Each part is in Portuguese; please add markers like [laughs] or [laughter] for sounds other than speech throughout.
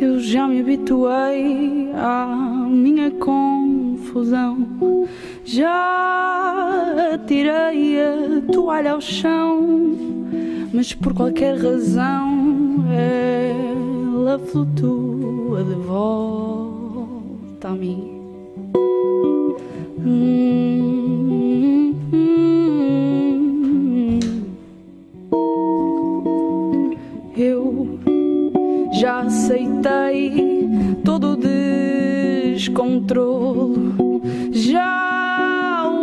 Eu já me habituei à minha confusão. Já tirei a toalha ao chão, mas por qualquer razão ela flutua de volta a mim. Hum, hum, hum. Eu já aceitei todo o descontrolo. Já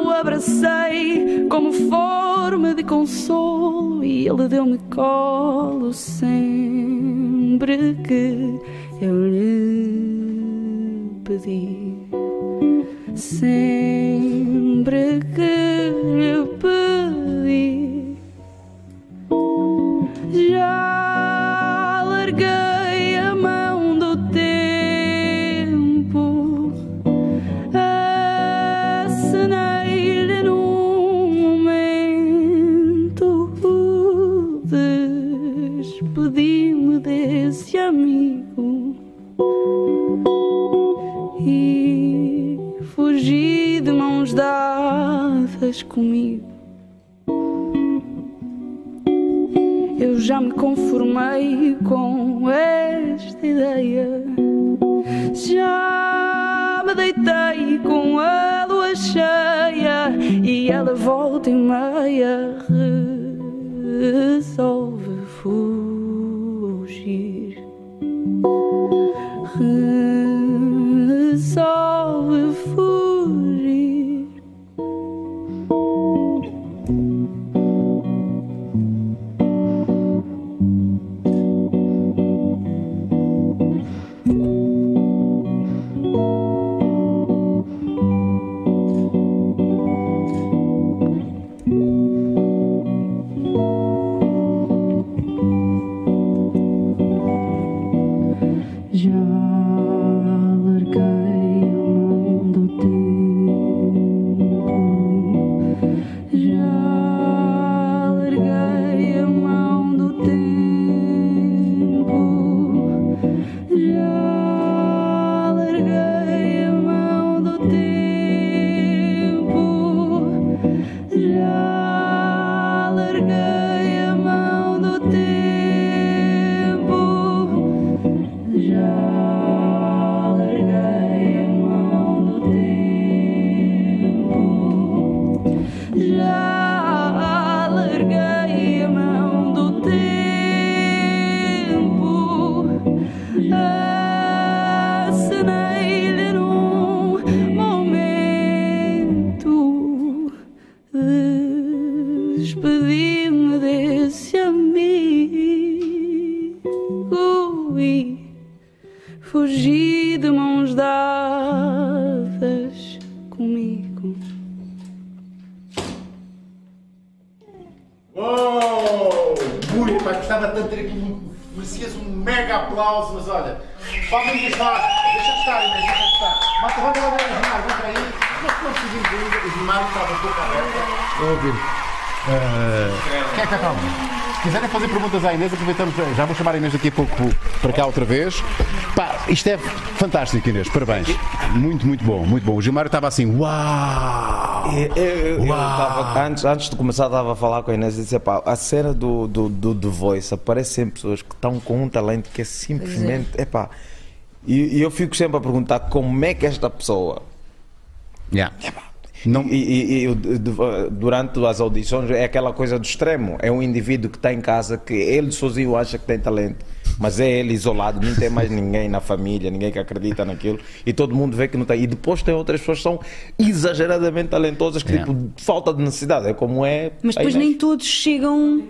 o abracei como forma de consolo e ele deu-me colo sempre que eu lhe pedi. Sempre que lhe pedi. Já larguei a mão do tempo, acenei-lhe num momento, despedi-me desse amigo e fugi de mãos dadas comigo. Eu já me conformei com esta ideia. Já me deitei com a lua cheia e ela volta e meia resolve fugir. Resolve fugir. Já larguei a mão do tempo. Já larguei a mão do tempo. Já larguei a mão do tempo. Já larguei a mão do tempo. Já larguei a mão do tempo. Já larguei a mão do tempo. Acenei-lhe num momento. Despedi-me desse amigo e Fugi de mãos dadas comigo. Uou! Oh! Muito, pá, gostava tanto de ter aqui um. Merecias um mega aplauso, mas olha, podem deixar, deixa estar, Inês, deixa estar. Mata, vai lá, vai lá, Gilmar, vai para aí. Nós não conseguimos ainda, o Gilmar estava um pouco aberto. Estou a ouvir. Ah, quem é que está calmo? Se quiserem fazer perguntas à Inês, aproveitamos. já- Já vou chamar a Inês daqui a pouco para cá outra vez. Pá, isto é fantástico, Inês. Parabéns. Muito, muito bom, muito bom. O Gilmário estava assim, uau! Eu, eu- eu Uau! tava- antes, antes de começar, estava a falar com a Inês e disse: "Epá, a cena do, do, do, do Voice aparecem pessoas que estão com um talento que é simplesmente. epá, e, e eu fico sempre a perguntar como é que esta pessoa. Yeah. Não, E, e- e eu, de- de- durante as audições é aquela coisa do extremo. É um indivíduo que está em casa que ele sozinho acha que tem talento, mas é ele isolado, não tem mais ninguém na família, ninguém que acredita naquilo, e todo mundo vê que não tem. E depois tem outras pessoas que são exageradamente talentosas, que É. tipo, falta de necessidade, é como é. Mas aí, depois né? nem todos chegam.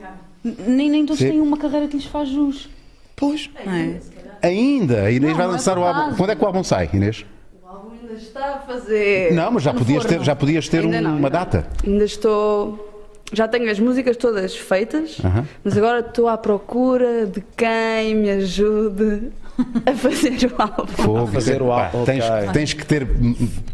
Nem, nem todos Sim. têm uma carreira que lhes faz jus. pois, Não é? ainda. A Inês Não, vai não é lançar o álbum. verdade. Quando é que o álbum sai, Inês? O álbum ainda está a fazer. Não, mas já no podias forno. ter, já podias ter Ainda um- não, uma ainda não. data. Ainda estou já tenho as músicas todas feitas, mas agora estou à procura de quem me ajude a fazer o álbum. Fogo, fazer o pá, álbum, tens, ok. tens que ter,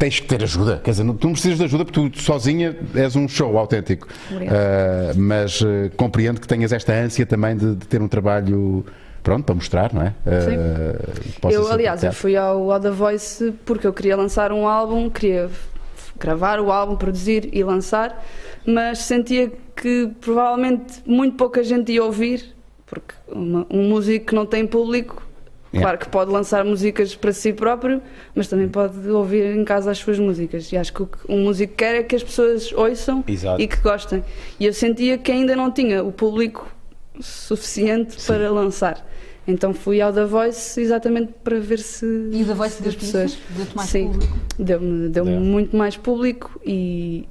tens que ter ajuda. Quer dizer, não- tu não precisas de ajuda porque tu sozinha és um show autêntico. Ah, mas ah, compreendo que tenhas esta ânsia também de, de ter um trabalho pronto para mostrar, não é? Ah, que possa Eu, ser aliás, eu partilhado. fui ao Oda Voice porque eu queria lançar um álbum, queria gravar o álbum, produzir e lançar, mas sentia que provavelmente muito pouca gente ia ouvir, porque uma- um músico que não tem público, Yeah. claro que pode lançar músicas para si próprio, mas também pode ouvir em casa as suas músicas. E acho que o que um músico quer é que as pessoas ouçam Exato. e que gostem. E eu sentia que ainda não tinha o público suficiente para lançar. Então fui ao The Voice exatamente para ver se. E o da voz se das as pessoas, deu-te mais Sim, público. deu-me deu Yeah. muito mais público e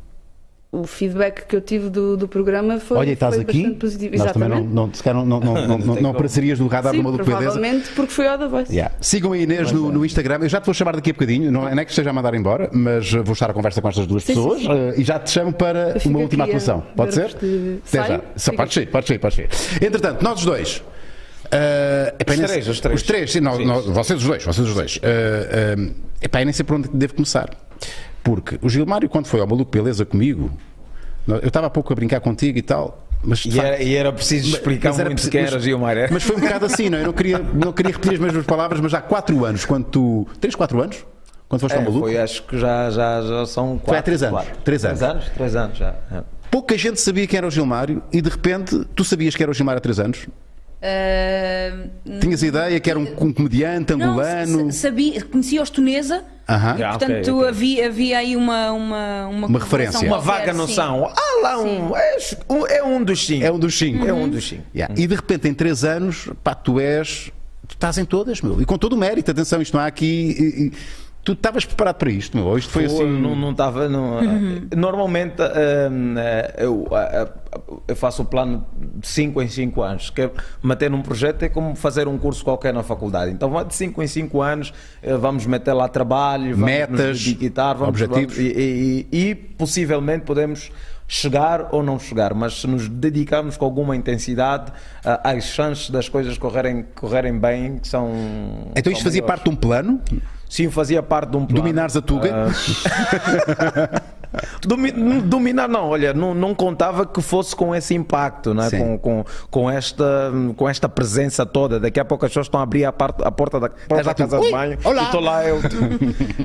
o feedback que eu tive do, do programa foi, Olha, e estás foi aqui? bastante positivo. Nós também não, exatamente. não, se calhar não, não, não, [laughs] não, não, não aparecerias no radar Sim, numa dupla beleza. provavelmente porque fui ao The Voice. Yeah. Sigam a Inês no, no Instagram. Eu já te vou chamar daqui a bocadinho. Não é não é que esteja a mandar embora, mas eh, vou estar a conversa com estas duas Sim, sim, pessoas sim. eh, e já te chamo para Eu fico uma última aqui a atuação. Pode ser? ver-vos de- Até já. Saio? Só Fico pode ser, pode ser, pode ser. Entretanto, nós os dois. eh, epá, Os nem- três, os três. Os três, sim, nós- Sim. nós- vocês os dois, vocês os dois. Eh, eh, epá, eu nem sei por onde devo começar. Porque o Gilmário, quando foi ao Maluco Beleza comigo, nós- eu estava há pouco a brincar contigo e tal, mas de E facto- era, e era preciso explicar mas era muito preciso- que era mas- Gilmar. é? mas foi um bocado assim, não? é? Eu não queria, não queria repetir as mesmas palavras, mas há 4 anos, quando tu. 3, 4 anos? Quando foste É, ao maluco? foi, acho que já, já, já são quatro. há três anos. quatro. Três Três anos? Três anos já. é. Pouca gente sabia quem era o Gilmário e de repente tu sabias que era o Gilmário há 3 anos. Ah, Tinhas a ideia que era um, um comediante Não, angolano. sa- sabia, conhecia os Tunesa. Aham. E, Ah, ok, portanto, ok. Havia, havia aí uma uma uma, Uma referência. correlação Uma qualquer, vaga sim. noção. Ah lá, um, é, um- é um dos cinco. É um dos 5. É um dos cinco. Yeah. E de repente, em 3 anos, pá, tu és. Tu estás em todas, meu. E com todo o mérito, atenção, isto não há aqui. e- e- tu estavas preparado para isto, meu. ou Isto foi Pô, assim. Não, não [laughs] tava. não- eh, Normalmente hum, eu, eu- eu faço o plano de 5 em 5 anos. Que é meter num projeto é como fazer um curso qualquer na faculdade. Então vai de 5 em 5 anos, eh, vamos meter lá trabalho, vamos Metas, nos dedicar, vamos, objetivos. vamos- e, e- e possivelmente podemos chegar ou não chegar, mas se nos dedicarmos com alguma intensidade, ah, as chances das coisas correrem, correrem bem são. Então isto são fazia maiores. parte de um plano? Sim, fazia parte de um plano. Dominares a Tuga? Domi- dominar não, olha, não, não contava que fosse com esse impacto, né? Sim. com, com, com, esta, com esta presença toda. Daqui a pouco as pessoas estão a abrir a, parte- a porta da, porta lá da tu, casa de tipo, "Ui, banho olá." e estou lá eu. [laughs]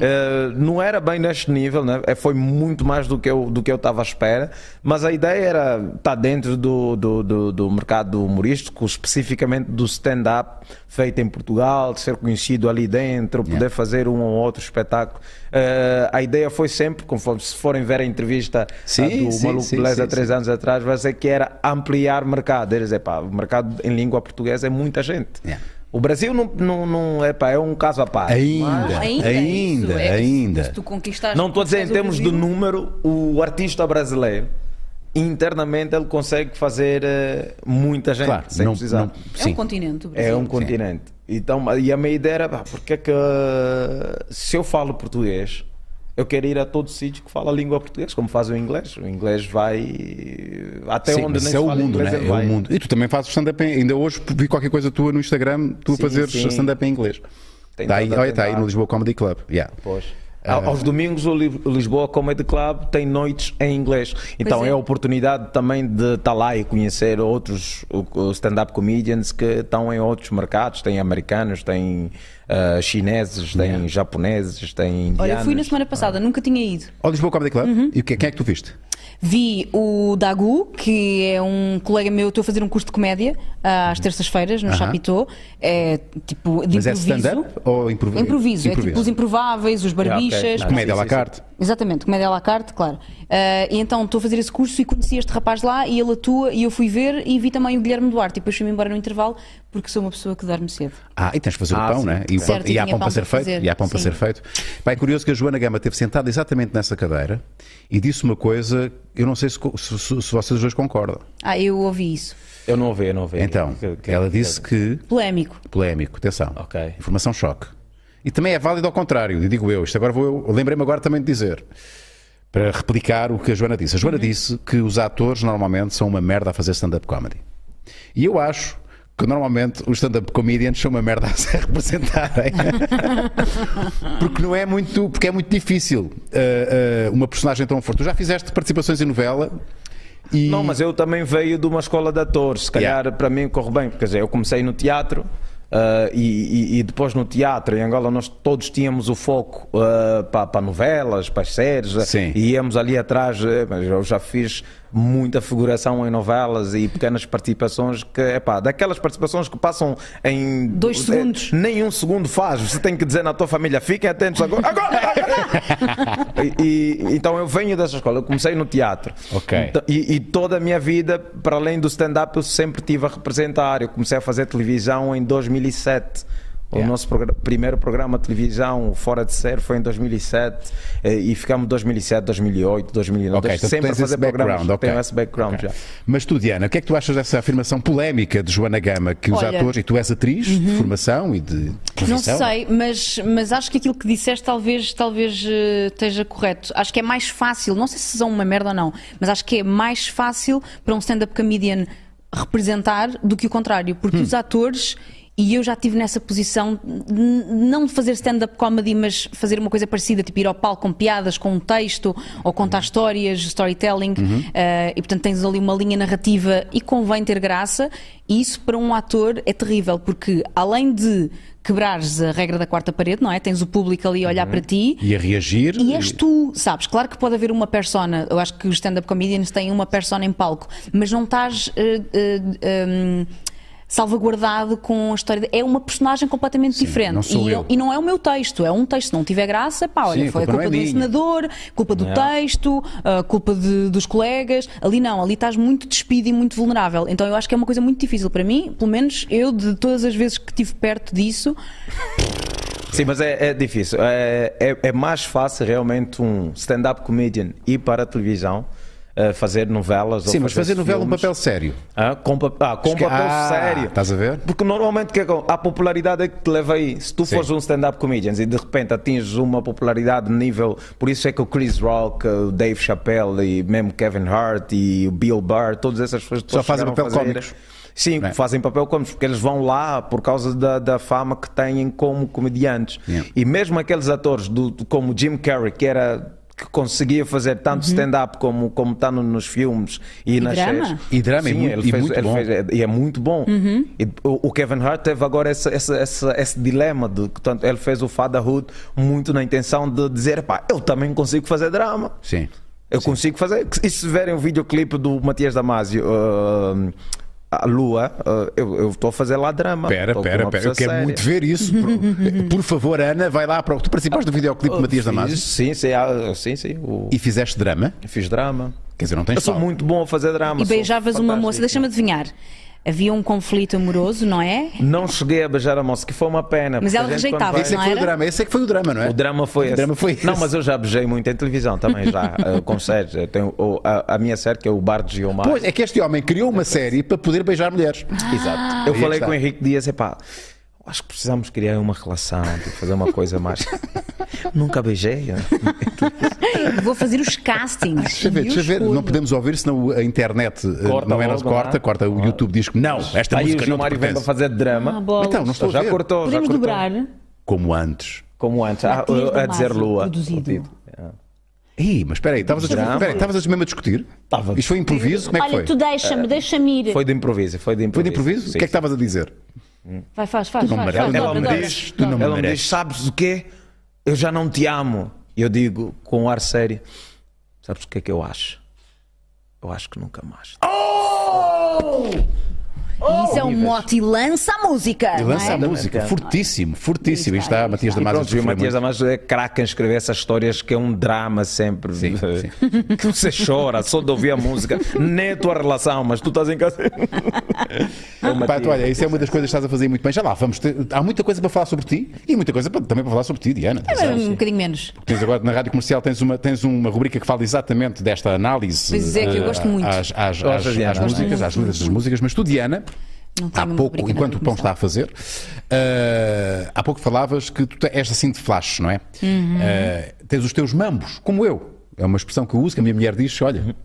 Eh, não era bem neste nível, né? Eh, foi muito mais do que eu do que eu estava à espera, mas a ideia era estar dentro do, do, do, do mercado humorístico, especificamente do stand-up feito em Portugal, de ser conhecido ali dentro, poder Yeah. fazer um ou outro espetáculo. Eh, a ideia foi sempre, conforme se forem ver a entrevista ah, Sim, do sim, Maluco sim, Beleza sim, há três anos atrás, vai ser que era ampliar mercado. Eles, epá, o mercado em língua portuguesa é muita gente. Yeah. O Brasil não, não, não epá, é um caso à parte. Ainda, Ah, ainda, ainda, isso é que se- ainda. se tu conquistaste- Não estou a dizer em conquistaste o termos de Brasil, número, o artista brasileiro internamente ele consegue fazer eh, muita gente Claro, sem não- precisar. não- É Sim. um continente. o Brasil. É um continente. Então, ma- e a minha ideia era, pá, porque é que ah, se eu falo português, eu quero ir a todo sítio que fala a língua portuguesa, como faz o inglês. O inglês vai até Sim, onde mas nem isso se é o fala mundo, inglês, né? ele É o vai. mundo. E tu também fazes stand-up em... Ainda hoje vi qualquer coisa tua no Instagram, tu a Sim, fazeres sim. stand-up em inglês. Tem Tá aí- toda a olha, está aí tendência. no Lisboa Comedy Club. Yeah. Pois. A- Aos domingos o Li- o Lisboa Comedy Club tem noites em inglês. Então é. a oportunidade também de estar lá e conhecer outros o- o stand-up comedians que estão em outros mercados. Tem americanos, tem ah, chineses, tem japoneses, tem indianos. Olha, eu fui na semana passada, nunca tinha ido. Ao Lisboa Comedy Club? Uhum. E o que, quem é que tu viste? Vi o Dagu, que é um colega meu, estou a fazer um curso de comédia ah, às terças-feiras, no Uhum. Aham. Chapitó. É tipo de Mas é improviso. stand-up ou Ah, improv- Improviso, é tipo os improváveis, os Ah, ok. barbichas. Não, Comédia à sim, la sim, carte. Exatamente, comédia à la carte, claro. Ah, e então estou a fazer esse curso e conheci este rapaz lá e ele atua e eu fui ver e vi também o Guilherme Duarte e depois fui-me embora no intervalo porque sou uma pessoa que dorme cedo. Ah, e tens de fazer Ah, o pão, sim. né? E, o pão- Certo, e há tinha pão para é pão ser para feito. fazer, E há pão para sim. ser feito. Pá, é curioso que a Joana Gama esteve sentada exatamente nessa cadeira e disse uma coisa, eu não sei se, co- se- se- se vocês dois concordam. Ah, eu ouvi isso. Eu não ouvi, eu não ouvi. Então, é Que- que- ela disse que Polémico. Polémico, atenção. Ok. Informação choque. E também é válido ao contrário, e digo eu, isto agora vou eu, lembrei-me agora também de dizer. para replicar o que a Joana disse. A Joana Uhum. disse que os atores normalmente são uma merda a fazer stand-up comedy. E eu acho que normalmente os stand-up comedians são uma merda [laughs] a se representarem. [laughs] porque não é muito. Porque é muito difícil ah, ah, uma personagem tão forte. Tu já fizeste participações em novela e. Não, mas eu também veio de uma escola de atores. Se calhar Yeah. para mim corre bem, porque quer dizer, eu comecei no teatro ah, e, e- e depois no teatro em Angola nós todos tínhamos o foco ah, para, novelas, para as séries ah, Sim. e íamos ali atrás. eh, Mas eu já fiz muita figuração em novelas e pequenas participações que, epá, daquelas participações que passam em Dois eh, segundos. nem um segundo faz. Você tem que dizer na tua família, fiquem atentos agora. agora, agora. E- e- então eu venho dessa escola, eu comecei no teatro. Ok. Então, e, e toda a minha vida, para além do stand-up, eu sempre tive a representar. Eu comecei a fazer televisão em 2007. O Yeah. nosso progra- primeiro programa de televisão fora de série foi em 2007 eh, e ficamos 2007, 2008, 2009, Ok, então tu sempre a tens fazer esse programas. background, ok. Tenho esse background já. Mas tu, Diana, o que é que tu achas dessa afirmação polémica de Joana Gama que os Olha- Uhum. atores, e tu és atriz de formação e de Não profissão? sei, mas, mas acho que aquilo que disseste talvez, talvez eh, esteja correto. Acho que é mais fácil, não sei se são uma merda ou não, mas acho que é mais fácil para um stand-up comedian representar do que o contrário, porque os atores. E eu já estive nessa posição, de n- não de fazer stand-up comedy, mas fazer uma coisa parecida, tipo ir ao palco com piadas, com um texto, ou contar histórias, storytelling. eh, e portanto tens ali uma linha narrativa e convém ter graça. E isso para um ator é terrível, porque além de quebrares a regra da quarta parede, não é? Tens o público ali a olhar para ti. E a reagir. E és tu, sabes? Claro que pode haver uma persona. Eu acho que os stand-up comedians têm uma persona em palco, mas não estás. eh, eh, ehm, Salvaguardado com a história. de- É uma personagem completamente diferente. não sou e, eu. e não é o meu texto, é um texto. Se não tiver graça, pá, olha, Sim, foi a culpa não culpa é do minha. encenador, culpa do texto, ah, culpa de- dos colegas. Ali não, ali estás muito despido e muito vulnerável. Então eu acho que é uma coisa muito difícil para mim, pelo menos eu, de todas as vezes que estive perto disso, Sim, mas é, é difícil. É, é, é mais fácil realmente um stand-up comedian ir para a televisão, eh, fazer novelas Sim, ou mas fazer novela é um filmes. papel sério. Ah, com, pa- ah, com Esque- papel Ah, sério. estás a ver? Porque normalmente o que é que- a popularidade é que te leva aí. Se tu Sim. fores um stand-up comedian e de repente atinges uma popularidade de nível. Por isso é que o Chris Rock, o Dave Chappelle e mesmo Kevin Hart e o Bill Burr, todas essas pessoas Só fazem chegaram a papel fazer- cómicos. Sim, Não é? fazem papel cómicos, porque eles vão lá por causa da, da fama que têm como comediantes. Yeah. E mesmo aqueles atores do, do- como Jim Carrey, que era. Que conseguia fazer Uhum. tanto stand-up como como está no- nos filmes e, nas drama. Uhum. séries. E drama, e Sim, muito- ele e fez, muito ele bom. fez- é- e é muito bom. E o, o Kevin Hart teve agora esse, esse, esse, esse dilema de que tanto ele fez o Fatherhood muito na intenção de dizer, pá, eu também consigo fazer drama. Sim. Eu consigo fazer. E se verem o videoclipe do Matias Damasio, ah, a Lua, ah, eu estou a fazer lá drama. Pera, Tô com pera, uma pera. Eu pessoa quero séria. muito ver [laughs] isso. Por, por favor, Ana, vai lá para. o- Tu participaste do videoclipe de Matias Damasio Oh, Fiz, Sim, sim, ah, sim, sim. o- e fizeste drama. Fiz drama. Quer dizer, não tens Eu sou sal. muito bom a fazer drama. e sou beijavas uma fantástico. moça. Deixa-me adivinhar. Havia um conflito amoroso, não é? Não cheguei a beijar a moça, que foi uma pena. Mas porque a ela gente quando rejeitava, né? vai- Esse é que não foi o era? drama. Esse é que foi o drama, não é? O drama foi esse. O drama foi esse. Não, mas eu já beijei muito em televisão também, [laughs] já, eh, com séries. Eu tenho o- a, a minha série que é o Bar de Gilmar. Pois, é que este homem criou uma série para poder beijar mulheres. Exato. Eu Aí é falei está. com o Henrique Dias, epá, acho que precisamos criar uma relação, tipo, fazer uma [laughs] coisa mais. Nunca beijei. né? Vou fazer os castings. Deixa eu ver, E deixa eu os ver. cunhos. Não podemos ouvir, senão a internet eh, Corta não é logo, nosso não é? corta, corta. O YouTube diz que não, esta Aí o música não te Gilmário vem para pertence. fazer drama. Ah, bolas. Então, não estou a já ver. cortou, já Podemos cortou. dobrar. Como antes. Como antes, ah, Matias eu- a dizer Damasio, lua. produzido. Ih, mas espera aí, estavas a, Drama. espera aí, estavas a mesmo a discutir? Estava. Isto foi improviso? Como é que Olha, foi? tu deixa-me, deixa-me ir. Foi de improviso, foi de Foi improviso. de improviso? O que Sim, é que estavas a dizer? Vai, faz, faz. Não faz, merece. faz. Ela Ela Dobra, me dobra. diz, Tu não me ela me mereces. diz, sabes o quê? Eu já não te amo. Eu digo com um ar sério, sabes o que é que eu acho? Eu acho que nunca mais. Ah, Tipo, Isso é um mote e lança a música. E lança a não é? música, fortíssimo, fortíssimo. E está Matias E pronto, Damasio. o Matias Damasio é craque em escrever essas histórias que é um drama sempre. [laughs] Sim, Que você chora só de ouvir a música, nem é a tua relação, mas tu estás em casa. É Pá, o Matias. tu, olha, isso é uma das coisas que estás a fazer muito bem. Já lá, vamos ter- há muita coisa para falar sobre ti e muita coisa para- também para falar sobre ti, Diana. É, mas Um bocadinho menos. Tens agora na rádio comercial tens uma, tens uma rubrica que fala exatamente desta análise. Pois é, que eu eh, gosto muito. Às, às, às, Diana? às Gosto músicas, às letras das músicas, mas tu, Diana, Não há tenho uma pouco, rubrica, enquanto não, o pão vou começar. está a fazer, eh, Uhum. Ah, há pouco falavas que tu te- és assim de flash, não é? Eh, tens os teus mambos, como eu. É uma expressão que eu uso, que a minha mulher diz: Uhum. olha,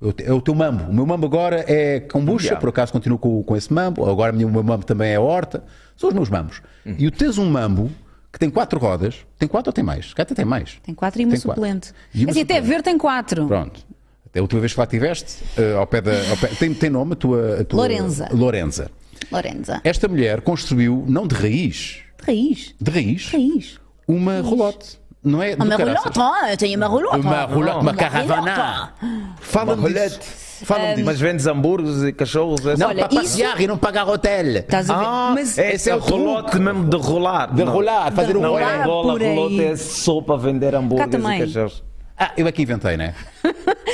eu te- é o teu mambo. O meu mambo agora é kombucha, Yeah. por acaso continuo com, com esse mambo. Agora o meu mambo também é horta. São os meus mambos. Uhum. E o tens um mambo que tem quatro rodas. Tem quatro ou tem mais? Cá até tem mais. Tem quatro e uma Tem quatro. suplente. E uma assim, até suplente. ver tem quatro. Pronto. Até a última vez que lá tiveste, eh, ao pé da. ao pé- tem, tem nome a tua. a tua- Lorenza. Lorenza. Lorenza. Esta mulher construiu, não de raiz, De Raiz. de raiz, Raiz. uma rolote. Não é? do Uma caraças. roulotte, ah, eu tenho uma roulotte. Uma roulotte, uma caravana. roulotte. Fala-me Uma disso. rolete. Fala-me disso. Mas vendes hambúrgueres e cachorros? é Não, só- Olha, para isso- passear e não pagar hotel. Estás a ver? Ah, Mas esse é o truque. rolote mesmo de rolar. De Não. rolar, fazer De um Não rolê. é rolar. Angola, por aí. rolote é só para vender hambúrgueres também. e cachorros. Ah, eu aqui inventei, [laughs] né?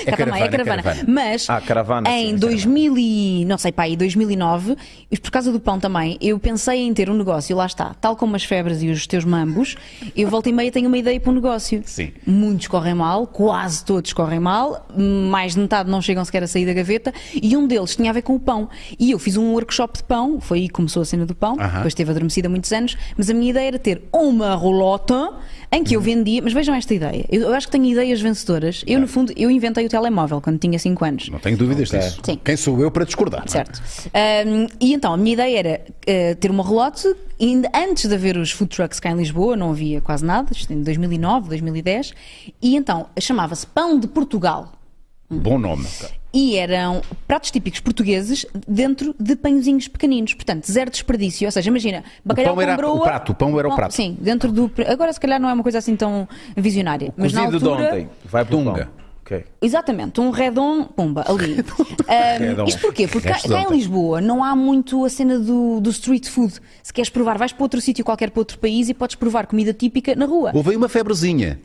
É Tá bem, é caravana. Mas Ah, caravana, sim, é em caravana. 2000 e, não sei, pá, aí 2009, e por causa do pão também, eu pensei em ter um negócio, lá está, tal como as febres e os teus mambos, eu volto e meia tenho uma ideia para um negócio. Sim. Muitos correm mal, quase todos correm mal, mais de metade não chegam sequer a sair da gaveta, e um deles tinha a ver com o pão. E eu fiz um workshop de pão, foi aí que começou a cena do pão, Aham. depois esteve adormecida muitos anos, mas a minha ideia era ter uma rolota em que eu vendia, mas vejam esta ideia, eu, eu acho que tenho ideias vencedoras. Eu, no fundo, eu inventei o telemóvel quando tinha 5 anos. Não tenho dúvidas disso. Sim. Quem sou eu para discordar? não é? Certo. Ahm, e então, a minha ideia era eh, ter uma relote, e ainda antes de haver os food trucks cá em Lisboa, não havia quase nada, isto em 2009, 2010, e então chamava-se Pão de Portugal. Bom nome. E eram pratos típicos portugueses dentro de pãezinhos pequeninos. Portanto, zero desperdício. Ou seja, imagina, bacalhau pão era com broa... o prato, o pão era o prato. Sim, dentro do... Agora, se calhar, não é uma coisa assim tão visionária. mas na Cozido de altura... ontem. Vai para o Tunga. pão. Ok. Exatamente, um redom, pumba, [laughs] ali. Ahm, Redom. isto porquê? Porque cá, Restos cá de em ontem. Lisboa não há muito a cena do, do street food. Se queres provar, vais para outro sítio qualquer, para outro país e podes provar comida típica na rua. Houve aí uma febrezinha.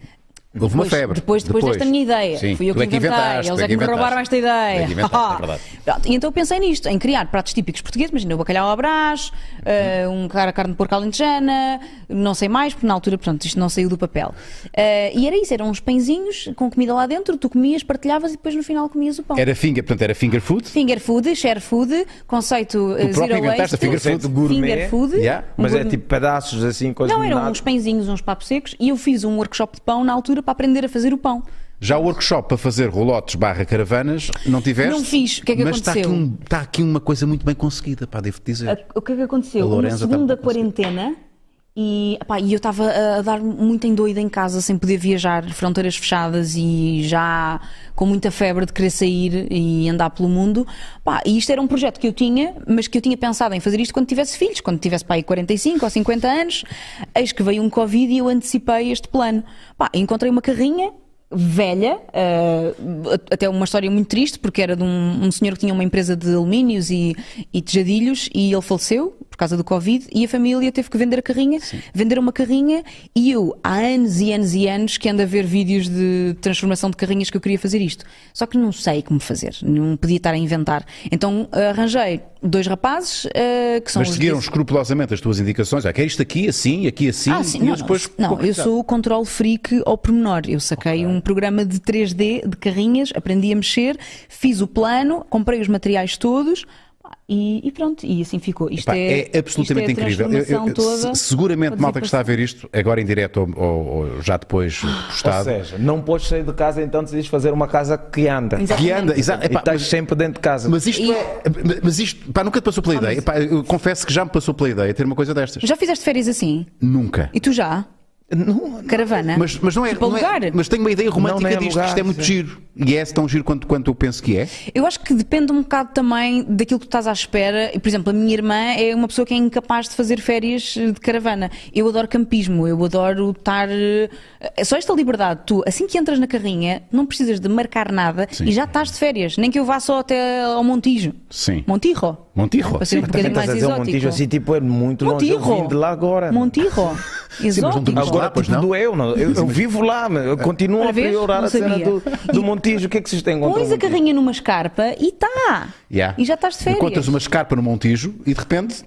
Houve uma Depois- febre. Depois, depois, desta minha ideia. Sim, Fui eu tu que, é que inventei. inventaste, Eles tu é que me inventaste. roubaram esta ideia. Tu é que inventaste, é verdade. [laughs] Pronto, e então eu pensei nisto, em criar pratos típicos portugueses. Imagina o bacalhau à brás, eh, um cara carne de porco alentejana, não sei mais, porque na altura, pronto, isto não saiu do papel. Eh, e era isso, eram uns pãezinhos com comida lá dentro, tu comias, partilhavas e depois no final comias o pão. Era finger, portanto, era finger food. Finger food, share food, conceito eh, Tu próprio zero inventaste waste. a finger food gourmet. Finger food. Yeah, um Mas é gourmet- tipo pedaços assim, coisas Não, eram nada. uns pãezinhos, uns papos secos, e eu fiz um workshop de pão na altura para aprender a fazer o pão. Já o workshop para fazer rolotes barra caravanas, não tiveste? Não fiz. O que é que mas está aconteceu? aqui um- Está aqui, uma coisa muito bem conseguida, pá, devo dizer. A- O que é que aconteceu? A Uma Lorenza segunda estava a conseguir. quarentena e, epá, e eu estava a dar muito em doida em casa, sem poder viajar, fronteiras fechadas e já com muita febre de querer sair e andar pelo mundo. Pá, e isto era um projeto que eu tinha, mas que eu tinha pensado em fazer isto quando tivesse filhos, quando tivesse pai 45 ou 50 anos. Eis que veio um Covid e eu antecipei este plano. Pá, encontrei uma carrinha velha, eh, até uma história muito triste, porque era de um, um senhor que tinha uma empresa de alumínios e, e tejadilhos e ele faleceu por causa do Covid e a família teve que vender a carrinha, vender uma carrinha e eu, há anos e anos e anos que ando a ver vídeos de transformação de carrinhas que eu queria fazer isto. Só que não sei como fazer, não podia estar a inventar. Então arranjei dois rapazes eh, que são Mas os seguiram desse- escrupulosamente as tuas indicações. Ah, quer isto aqui assim, aqui assim, ah, sim, e não, eles depois. não, não, eu concretizaram. sou o control freak ao pormenor. Eu saquei um programa de 3D de carrinhas, aprendi a mexer, fiz o plano, comprei os materiais todos pá, e, e pronto, e assim ficou. Isto Pá, é, é, absolutamente isto é a incrível. Eu- eu- transformação se- toda. seguramente, Pode malta que ser está a ver isto, agora em direto ou, ou- ou já depois Ah, Ou postado. seja, não podes sair de casa, então decides fazer uma casa que anda. Que anda, exato. E Epá, estás mas- sempre dentro de casa. Mas tá- isto é. Mas isto. Pá, nunca te passou pela ideia. Pá, eu confesso que já me passou pela ideia ter uma coisa destas. Ah, Já fizeste férias assim? Nunca. E tu já? Não, Caravana? Mas, mas não é. Tipo, não é- alugar? mas tenho uma ideia romântica Não, não é disto. que isto é alugar, muito sim. giro. E é tão giro quanto, quanto eu penso que é. Eu acho que depende um bocado também daquilo que tu estás à espera. E, Por exemplo, a minha irmã é uma pessoa que é incapaz de fazer férias eh, de caravana. Eu adoro campismo, eu adoro estar. eh, é Só esta liberdade, tu, assim que entras na carrinha, não precisas de marcar nada e já estás de férias, nem que eu vá só até ao Montijo. Sim. Montijo. Montijo. Para ser um Sim, bocadinho estás mais a dizer um exótico. montijo assim, tipo, é muito longe. Eu Montijo. vim de lá agora. mano. [laughs] Montijo. Exótico. dormimos lá, Agora Ah, pois tipo, não? doeu, não. Eu, eu vivo lá, mas eu continuo Olha, a vês? priorar Não a cena sabia. do, do Montijo. O que é que vocês têm contra Pões a o Montijo? carrinha numa escarpa e está. Yeah. E já estás de férias. Encontras uma escarpa no Montijo e de repente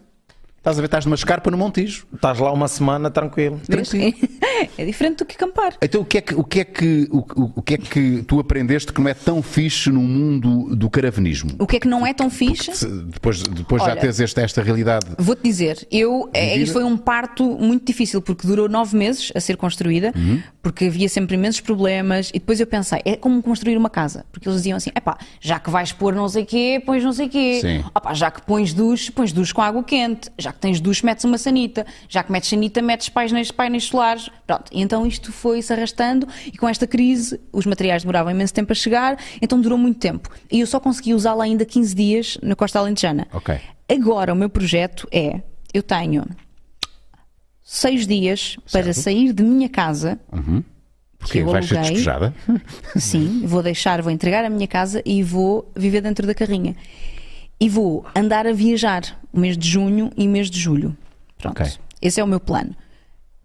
Estás a ver, estás numa escarpa no Montijo. Estás lá uma semana tranquilo. Tranquilo. [laughs] É diferente do que acampar. Então o que é que, o que, é que, o, o- o que, é que tu aprendeste que não é tão fixe no mundo do caravanismo? O que é que não é tão fixe? Se- Depois, depois já Olha. teres esta, esta realidade. Vou-te dizer, eu, é, Diga. isto foi um parto muito difícil, porque durou nove meses a ser construída, Uhum. porque havia sempre imensos problemas, e depois eu pensei, é como construir uma casa, porque eles diziam assim, epá, já que vais pôr não sei quê, pões não sei quê, Sim. Opá, já que pões duche, pões duche com água quente, já que tens duche, metes uma sanita, já que metes sanita, metes painéis, painéis solares, pronto, e então isto foi-se arrastando, e com esta crise, os materiais demoravam imenso tempo a chegar, então durou muito tempo, e eu só consegui usá-la ainda 15 dias na Costa Alentejana. Ok. Agora, o meu projeto é: eu tenho seis dias para sair de minha casa. Porque eu vais ser aluguei. despejada. [laughs] Sim, vou deixar, vou entregar a minha casa e vou viver dentro da carrinha. E vou andar a viajar o mês de junho e o mês de julho. Pronto. Ok. Esse é o meu plano.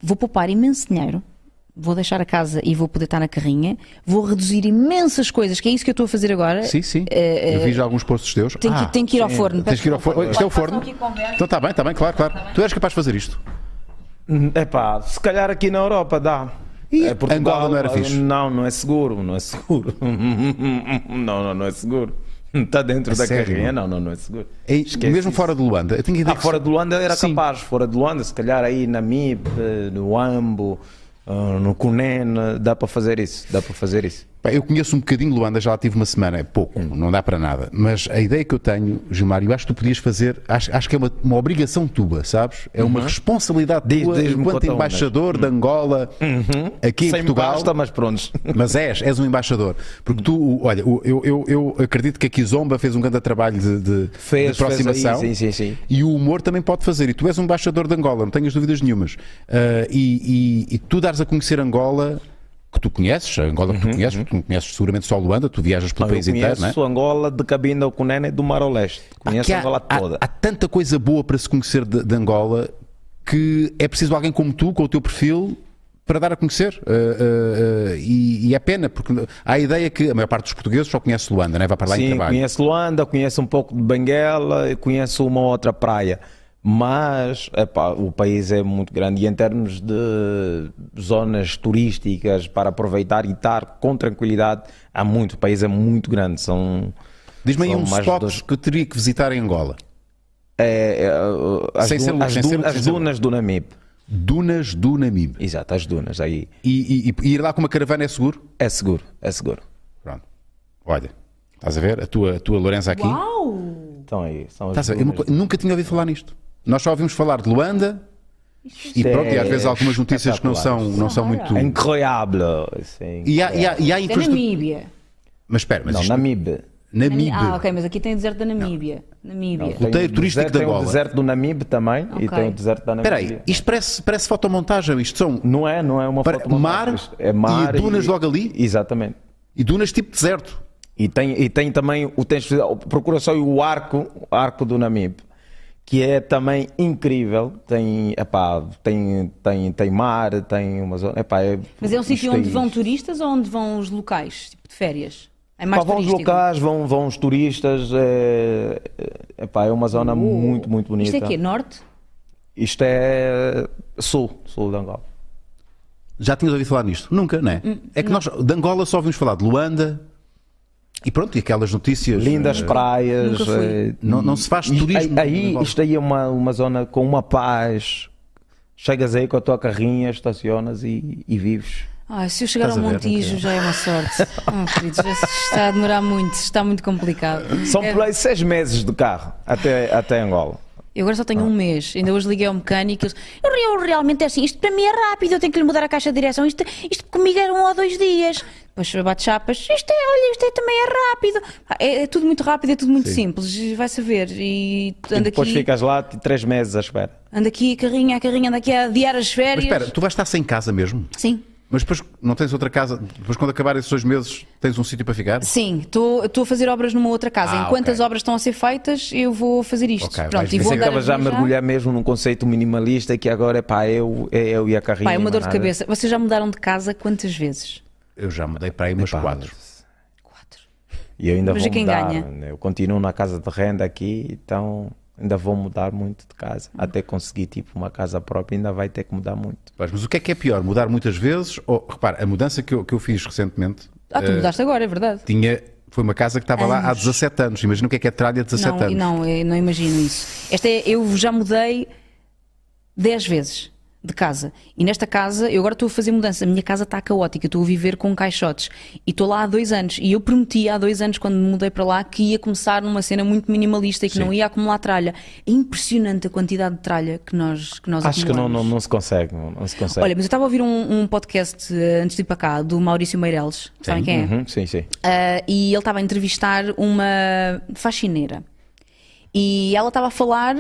Vou poupar imenso dinheiro. Vou deixar a casa e vou poder estar na carrinha. Vou reduzir imensas coisas, que é isso que eu estou a fazer agora. Sim, sim. Eu vi já alguns postos teus. eh, Tenho, Ah, que, tenho que ir ao forno. tens que ir ao forno. Isto é o forno. aqui conversa. Então está bem, está bem, claro, claro. Tu eres capaz de fazer isto. Epá, se calhar aqui na Europa dá. Ih, É Angola não era fixe. Não, não é seguro, não é seguro. [laughs] Não, não, não é seguro. Está dentro É da sério? carrinha, não, não, não é seguro. E Esquece mesmo isso. fora de Luanda. Eu tenho ideia Ah, que- fora de Luanda era Sim. capaz, fora de Luanda, se calhar aí na MIP, eh, no Ambo, eh, no Cunen, eh, dá para fazer isso, dá para fazer isso. Pá, Eu conheço um bocadinho Luanda, já lá tive uma semana, é pouco, não dá para nada. Mas a ideia que eu tenho, Gilmar, eu acho que tu podias fazer, acho, acho que é uma, uma obrigação tua, sabes? É uma responsabilidade Uhum. Diz- tua diz-me enquanto quanto é um embaixador de Angola aqui em Sem Portugal. basta, mas pronto. Mas és, és um embaixador. Porque tu, olha, o- eu, eu, eu acredito que a Kizomba fez um grande trabalho de, de, Fez, de aproximação. fez aí, sim, sim, sim. E o humor também pode fazer. E tu és um embaixador de Angola, não tenhas dúvidas nenhumas. Ah, e, e- e tu dares a conhecer Angola que tu conheces, a Angola que tu conheces, porque tu não conheces seguramente só Luanda, tu viajas pelo Uhum, Ah, Eu país inteiro, não é? conheço Angola de Cabinda ao Cunene do Mar ao Leste. Conheço Aqui há- Angola há- toda. Há, tanta coisa boa para se conhecer de, de Angola que é preciso alguém como tu, com o teu perfil, para dar a conhecer. Ah, ah, ah, e, e é pena, porque há a ideia que a maior parte dos portugueses só conhece Luanda, né? vai para lá em Sim, trabalho. conheço Luanda, conheço um pouco de Benguela, e conheço uma outra praia. Mas epá, o país é muito grande e em termos de zonas turísticas para aproveitar e estar com tranquilidade, há muito. O país é muito grande. São Diz-me aí são um mais de spot dois- que eu teria que visitar em Angola. é, é, uh, as, Sem du- ser luz, as sem du- ser luz, as sem ser luz. dunas do Namibe. Dunas do Namibe. Exato, as dunas aí. E, e- e ir lá com uma caravana é seguro? É seguro, é seguro. Pronto. Olha, estás a ver? A tua, a tua Lourença aqui. Então aí, são as Estás a ver? Eu dunas. nunca- nunca tinha ouvido falar nisto. Nós só ouvimos falar de Luanda e pronto, e às vezes algumas notícias que não são, não são muito. Incroyable. assim. E há, e há, e há É infraestrutura. Namíbia. Mas espera, mas Não, isto- Namibe. Namibe. Ah, ok, mas aqui tem o deserto da Namíbia. Namíbia. Roteiro Tem o turístico deserto- da Tem Angola. o deserto do Namibe também Ok. e tem o deserto da Espera Namíbia. aí, isto parece, parece fotomontagem, isto são Não é, não é uma Pera- foto montada, mar isto é mar e dunas logo ali? Exatamente. e dunas tipo deserto. E tem, e tem também o tens, procura só o arco, o arco do Namibe, que é também incrível. Tem, epá, tem, tem, tem mar, tem uma zona. Epá, é, Mas é um isto sítio onde é vão isto. turistas ou onde vão os locais, tipo de férias? É Epá, mais vão os turístico. locais, vão, vão os turistas. É, é- epá, é uma zona muito, muito bonita. Uh. Isto é quê? Norte? Isto é sul, sul de Angola. Já tinhas ouvido falar nisto? Nunca, não é? Hum, é que nós de Angola só ouvimos falar de Luanda e pronto, e aquelas notícias. Lindas eh, praias. Nunca fui. eh, Não- não se faz e- turismo em Aí, Angola. isto aí é uma, uma zona com uma paz. Chegas aí com a tua carrinha, estacionas e, e vives. Ah, se eu chegar Estás ao a ver, Montijo ok. já é uma sorte. Ah, queridos, já se está a demorar muito, está muito complicado. São É- por aí seis meses de carro até, até Angola. Eu agora só tenho um mês. Ainda hoje liguei ao mecânico e eles. Eu, eu realmente é assim, isto para mim é rápido, eu tenho que lhe mudar a caixa de direção. Isto, isto comigo era um ou dois dias. Depois bate chapas, isto é, olha, isto é, também é rápido. Ah, É, é tudo muito rápido, é tudo muito simples, vai saber. E E anda depois aqui, ficas lá t- três meses à espera. anda aqui, a carrinha, a carrinha, anda aqui a adiar as é- Mas férias. espera, tu vais estar sem casa mesmo? Sim. Mas depois não tens outra casa? Depois quando acabar esses dois meses tens um sítio para ficar? Sim, estou estou a fazer obras numa outra casa. Ah, Enquanto ok. as obras estão a ser feitas, eu vou fazer isto. Ok, vais Pronto, e ver. vou Você andar acaba é já a viajar. mergulhar mesmo num conceito minimalista que agora é pá, eu, é eu e a carrinha. Pá, é uma dor de manada. cabeça. Vocês já mudaram de casa quantas vezes? Eu já mudei para aí umas Epá, quatro. Quatro. E eu ainda Mas vou e quem mudar. né? ganha? Eu continuo na casa de renda aqui, então Ainda vou mudar muito de casa. Até conseguir tipo uma casa própria, ainda vai ter que mudar muito. Mas, mas o que é que é pior? Mudar muitas vezes? Ou, repara, a mudança que eu, que eu fiz recentemente Ah, tu mudaste agora, é verdade. tinha, foi uma casa que estava lá há 17 anos. Imagina o que é que é tralha há 17 não, anos. Não, eu não imagino isso. Esta é, eu já mudei 10 vezes de casa. E nesta casa, eu agora estou a fazer mudança. A minha casa está caótica. Eu Estou a viver com caixotes. E estou lá há dois anos. E eu prometi há dois anos, quando me mudei para lá, que ia começar numa cena muito minimalista e que não ia acumular tralha. É impressionante a quantidade de tralha que nós, que nós Acho que não, acumulamos. não, não se consegue. Não, não se consegue. Olha, mas eu estava a ouvir um, um podcast eh, antes de ir para cá, do Maurício Meireles. Sabem quem é? Uhum, sim, sim. Ah, e ele estava a entrevistar uma faxineira. E ela estava a falar, ah,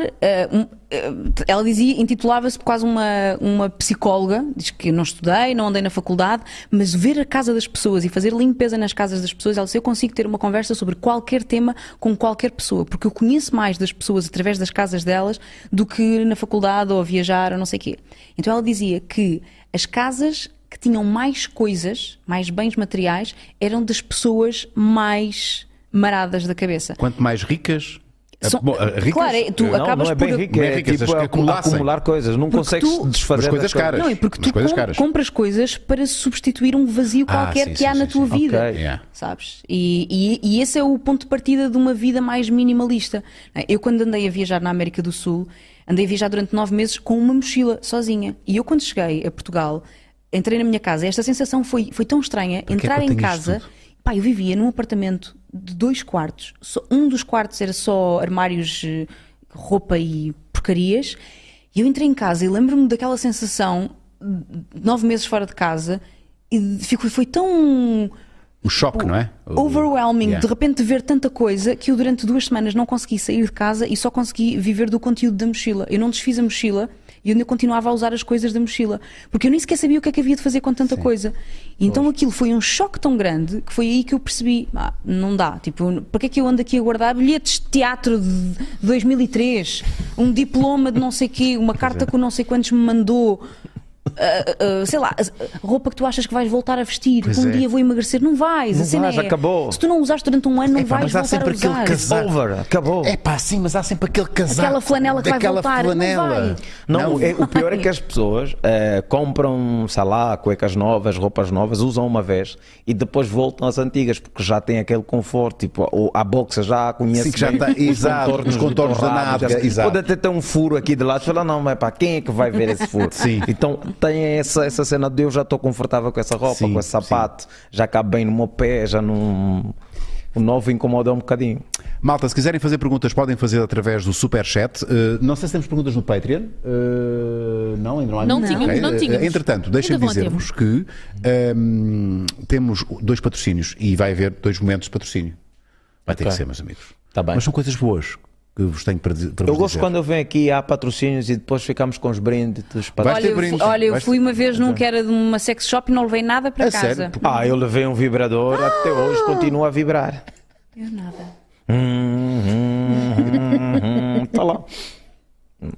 um, ah, ela dizia, intitulava-se quase uma, uma psicóloga, diz que eu não estudei, não andei na faculdade, mas ver a casa das pessoas e fazer limpeza nas casas das pessoas, ela disse, eu consigo ter uma conversa sobre qualquer tema com qualquer pessoa, porque eu conheço mais das pessoas através das casas delas do que na faculdade ou a viajar ou não sei o quê. Então ela dizia que as casas que tinham mais coisas, mais bens materiais, eram das pessoas mais maradas da cabeça. Quanto mais ricas. São- bom, ricas claro, é- tu eh, Não, acabas não é por- bem rico, Não é é rico, tipo essas que acu- acumulassem. acumular coisas. Não Porque consegues tu- desfazer Mas coisas das coisas. caras. Não, é porque Mas tu coisas com- caras. compras coisas para substituir um vazio Ah, qualquer sim, que sim, há na sim, tua sim. vida. Ok. Yeah. Sabes? E, e- e esse é o ponto de partida de uma vida mais minimalista. não é? Eu, quando andei a viajar na América do Sul, andei a viajar durante nove meses com uma mochila, sozinha. E eu, quando cheguei a Portugal, entrei na minha casa. Esta sensação foi, foi tão estranha. que é que entrar eu em tenho isto casa. tudo? Pá, eu vivia num apartamento de dois quartos. Só- um dos quartos era só armários, eh, roupa e porcarias. E eu entrei em casa e lembro-me daquela sensação, de nove meses fora de casa, e de- ficou, foi tão O choque, não é? O- overwhelming Yeah. de repente ver tanta coisa que eu durante duas semanas não consegui sair de casa e só consegui viver do conteúdo da mochila. Eu não desfiz a mochila e eu ainda continuava a usar as coisas da mochila, porque eu nem sequer sabia o que é que havia de fazer com tanta coisa. E então aquilo foi um choque tão grande que foi aí que eu percebi, ah, não dá, tipo, para que é que eu ando aqui a guardar bilhetes de teatro de 2003, um diploma de não sei quê, uma é. carta que o não sei quantos me mandou. ah, ah, sei lá, roupa que tu achas que vais voltar a vestir, que um é. dia vou emagrecer, não vais, Não a cena vais, é, acabou. Se tu não usaste durante um ano, não Epá, vais mas há voltar a sempre aquele usar. It's casaco. over, acabou. É pá, sim, mas há sempre aquele casaco. Aquela flanela que vai daquela voltar, não flanela. vai. Não, Não é- o pior é vai. que as pessoas eh, compram, sei lá, cuecas novas, roupas novas, usam uma vez e depois voltam às antigas porque já têm aquele conforto, tipo, o- a boxa já a conhece Sim, que já bem, [laughs] tá- exato, os contornos da Uhum. torrados, nádega, já- exato. Pode até ter um furo aqui de lado, fala, não, mas pá, quem é que vai ver esse [laughs] furo? Sim. Então tem essa, essa cena de eu já estou confortável com essa roupa, Sim, com esse sim. sapato, já cabe bem no meu pé, já não... O novo incomoda um bocadinho. Malta, se quiserem fazer perguntas, podem fazer através do Superchat. Eh, não sei se temos perguntas no Patreon. Eh, não, ainda não há Não nenhuma. tínhamos, Ok. não tínhamos. Eh, Entretanto, deixem-me Ainda vão a dizer-vos que ehm, temos dois patrocínios e vai haver dois momentos de patrocínio. Vai ter que ser, meus amigos. Tá bem. Mas são coisas boas que vos tenho para, dizer- para Eu vos gosto dizer. quando eu venho aqui há patrocínios e depois ficamos com os brindes dos Vais Olha, ter eu, brindes. fui- olha, eu Vais ter- fui uma vez num que era de uma sex shop e não levei nada para A casa. sério? Porque- Ah, eu levei um vibrador, até hoje continua a vibrar. [laughs] Eu nada. Tá Está lá.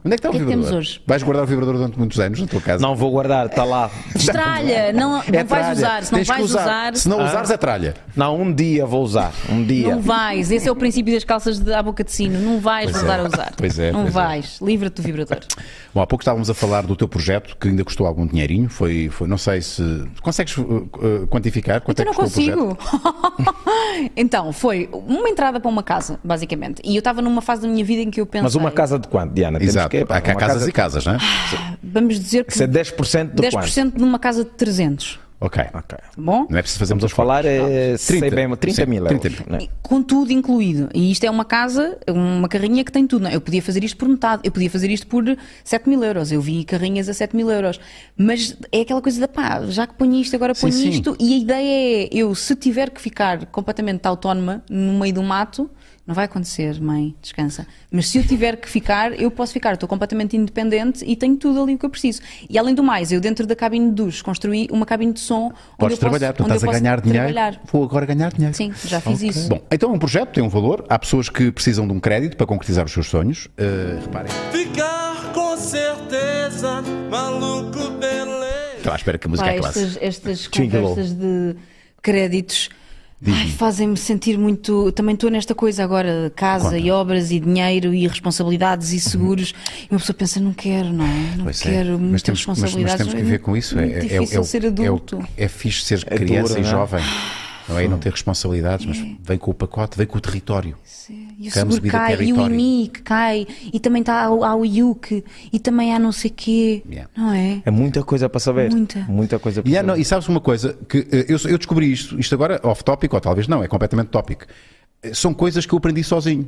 Onde é que está o, que é que vibrador? temos hoje? Vais guardar o vibrador durante muitos anos na tua casa? Não vou guardar, está lá. Estralha, não, não É tralha. vais usar, se não Tens que vais usar, Se Ah. não usares, é tralha. Não, um dia vou usar. Um dia. não vais. Esse é o princípio das calças de, à boca de sino. Não vais Pois voltar é. a usar. Pois é, Não pois é. vais. Livra-te do vibrador. Bom, há pouco estávamos a falar do teu projeto que ainda custou algum dinheirinho. Foi, foi não sei se. Consegues uh, uh, quantificar quanto Então é que não custou o projeto? consigo. [laughs] então, foi uma entrada para uma casa, basicamente. E eu estava numa fase da minha vida em que eu pensei. Mas uma casa de quanto, Diana? Temos Exato. que- Há cá uma casas casa- e casas, não é? Ah. Vamos dizer que Isso é 10% de quanto? 10% de uma casa de 300. Ok. Ok. tá Bom? Não é preciso fazermos Ah. Vamos a os falar é, sei 30. bem, 30 mil Sim, euros. 30 mil. né? com tudo incluído. E isto é uma casa, uma carrinha que tem tudo. Não é? Eu podia fazer isto por metade, eu podia fazer isto por 7 mil euros. Eu vi carrinhas a 7 mil euros. Mas é aquela coisa da pá, já que ponho isto, agora ponho sim. isto. E a ideia é, eu se tiver que ficar completamente autónoma no meio do mato, não vai acontecer, mãe, descansa. Mas se eu tiver que ficar, eu posso ficar. Estou completamente independente e tenho tudo ali o que eu preciso. E além do mais, eu dentro da cabine de duche construí uma cabine de som onde Podes eu posso, trabalhar, tu onde eu estás a posso ganhar dinheiro. trabalhar. Vou agora ganhar dinheiro. Sim, já fiz isso. Bom, então é um projeto, tem um valor. Há pessoas que precisam de um crédito para concretizar os seus sonhos. Uh, reparem. Ficar com certeza, maluco beleza. Estou à espera que a música Pá, é clássica. estas, estas conversas de créditos Ai, fazem-me sentir muito. Também estou nesta coisa agora, casa Conta. Uhum. e obras e dinheiro e responsabilidades e seguros. E uma pessoa pensa, não quero, não é? Não Pois é. quero Mas muitas temos- mas- mas responsabilidades. temos que viver com isso. É, É, muito é- é- difícil é o- ser é o- adulto. É, fixe ser É criança duro, e não é? jovem. Não é? E não ter responsabilidades, mas É. vem com o pacote, vem com o território. E o Queremos seguro vida cai, e o território. IMI que cai, e também está, há, o- há o IUC, e também há não sei quê. Yeah. Não é? É muita coisa para saber. Muita. Muita coisa para E, ah, não, saber. e sabes uma coisa? que eh, eu, eu descobri isto, isto agora off-topic, ou talvez não, é completamente tópico. Eh, São coisas que eu aprendi sozinho.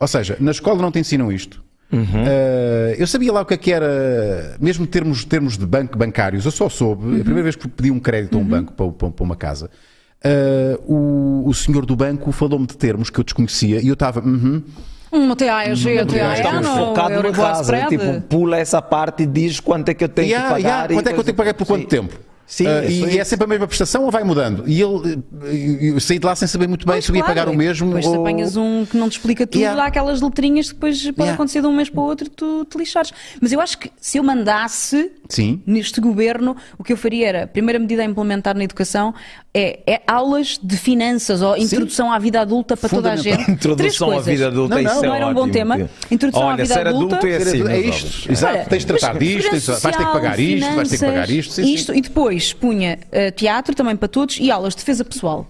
Ou seja, na escola não te ensinam isto. Eh, eu sabia lá o que é que era, mesmo termos, termos de banco bancários, eu só soube, a primeira vez que pedi um crédito a um banco para, para- para uma casa, eh, o, o senhor do banco falou-me de termos que eu desconhecia e eu estava, uhum, Um TAEG, um Nós estamos focados na casa. é Tipo, pula essa parte e diz quanto é que eu tenho Yeah, que pagar. yeah. e Quanto é que eu tenho coisa- que pagar por quanto Sim. tempo? Sim, Ah, isso e, aí. e é sempre a mesma prestação ou vai mudando? E ele, eh, eu saí de lá sem saber muito bem Pois, se eu ia claro, pagar o e mesmo. Depois ou... se apanhas um que não te explica tudo, Yeah. dá aquelas letrinhas que depois pode Yeah. acontecer de um mês para o outro tu te lixares. Mas eu acho que se eu mandasse Sim. neste governo, o que eu faria era, a primeira medida a implementar na educação é, é aulas de finanças ou introdução à vida adulta para toda [laughs] a gente. Três Introdução à coisas. vida adulta, Não, isso não, é não era um bom ótimo, tema. tio. Introdução à Olha, vida ser adulto adulto é assim, É meus isto, jovens. exato. Olha, tens de tratar mas disto, tens, segurança vais ter que pagar social, isto, vais ter que pagar finanças, isto. sim, sim. isto, E depois punha eh, teatro também para todos e aulas de defesa pessoal.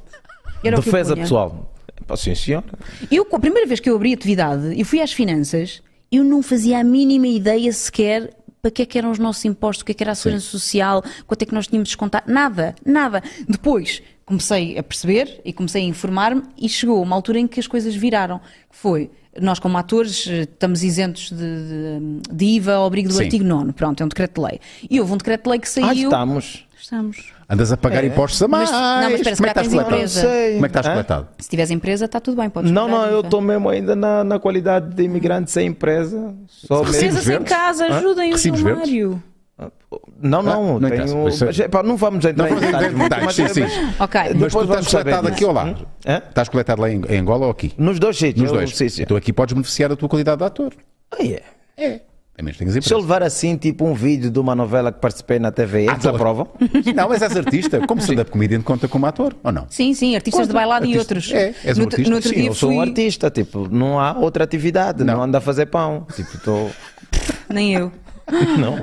Era o que assim. eu Defesa punha. pessoal. Pá, Sim, senhor. Eu, com a primeira vez que eu abri atividade e fui às finanças, eu não fazia a mínima ideia sequer para que é que eram os nossos impostos, o que é que era a segurança social, quanto é que nós tínhamos de descontar, nada, nada. Depois comecei a perceber e comecei a informar-me e chegou uma altura em que as coisas viraram, que foi... Nós, como atores, eh, estamos isentos de, de- de IVA ao abrigo do Sim. artigo 9. Pronto, é um decreto de lei. E houve um decreto de lei que saiu. Ah, estamos. Estamos. Andas a pagar impostos a mais. É. Mas- não, mas Como espera, é que se estás calhar coletado? tens empresa. Como é que estás Hã? coletado? Se tiveres empresa, está tudo bem. Podes Não, pagar não, eu IVA. estou mesmo ainda na, na qualidade de imigrante sem empresa. Só Recebes mesmo. Empresas assim em verdes? casa, Hã? ajudem-os no Recibos verdes? Mário. Não, não, Ah, não interessa, tenho. mas isso é- Mas, é, pá, não vamos entrar Não vamos em entrar em detalhes, sim, mas- é sim. mas- Ok. Mas tu Depois estás vamos saber coletado disso. aqui ou lá? Hum? Hã? Estás coletado lá em em Angola ou aqui? Nos dois sítios. Nos eu- dois. Sim, sim. Então aqui podes beneficiar da tua qualidade de ator. Ah, é. A menos que tenhas Se eu empresa. levar assim, tipo um vídeo de uma novela que participei na TV, eles tá. aprovam? Não, mas és artista. Como stand-up comedian conta como ator, ou não? Sim, sim, artistas de bailado e Artista. outros. É, és um No outro- artista? no outro Sim, dia Eu sou um fui- artista, tipo, não há outra atividade, não, Não. ando a fazer pão. Tipo, [laughs] estou. Nem eu.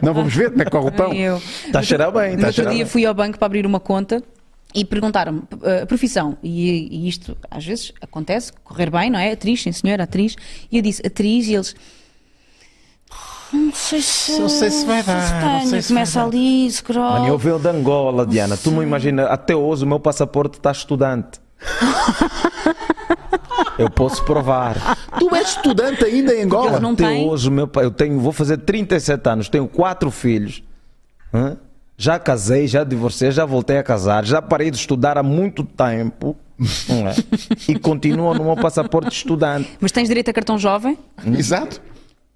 Não vamos ver como é que corre o pão. Nem eu. Está Tá a cheirar bem, Então, No está a outro tá, cheirar dia bem. fui ao banco para abrir uma conta e perguntaram-me eh, a profissão. E, e isto às vezes acontece, correr bem, não é? Atriz, sim senhora, atriz. E eu disse atriz e eles. "Hum, Não sei se. Não sei se vai dar, não tenho." sei se Começa vai dar. ali, scroll. Mano, eu veio de Angola, Diana. Tu não imaginas, até hoje o meu passaporte está [laughs] estudante. Eu posso provar. Tu és estudante ainda em Angola? Eles não até têm? hoje o meu pai, eu tenho, vou fazer 37 anos, tenho quatro filhos. Hã? Já casei, já divorciei, já voltei a casar, já parei de estudar há muito [laughs] tempo. não é? E continuo no meu passaporte de estudante. Mas tens direito a cartão jovem? Exato.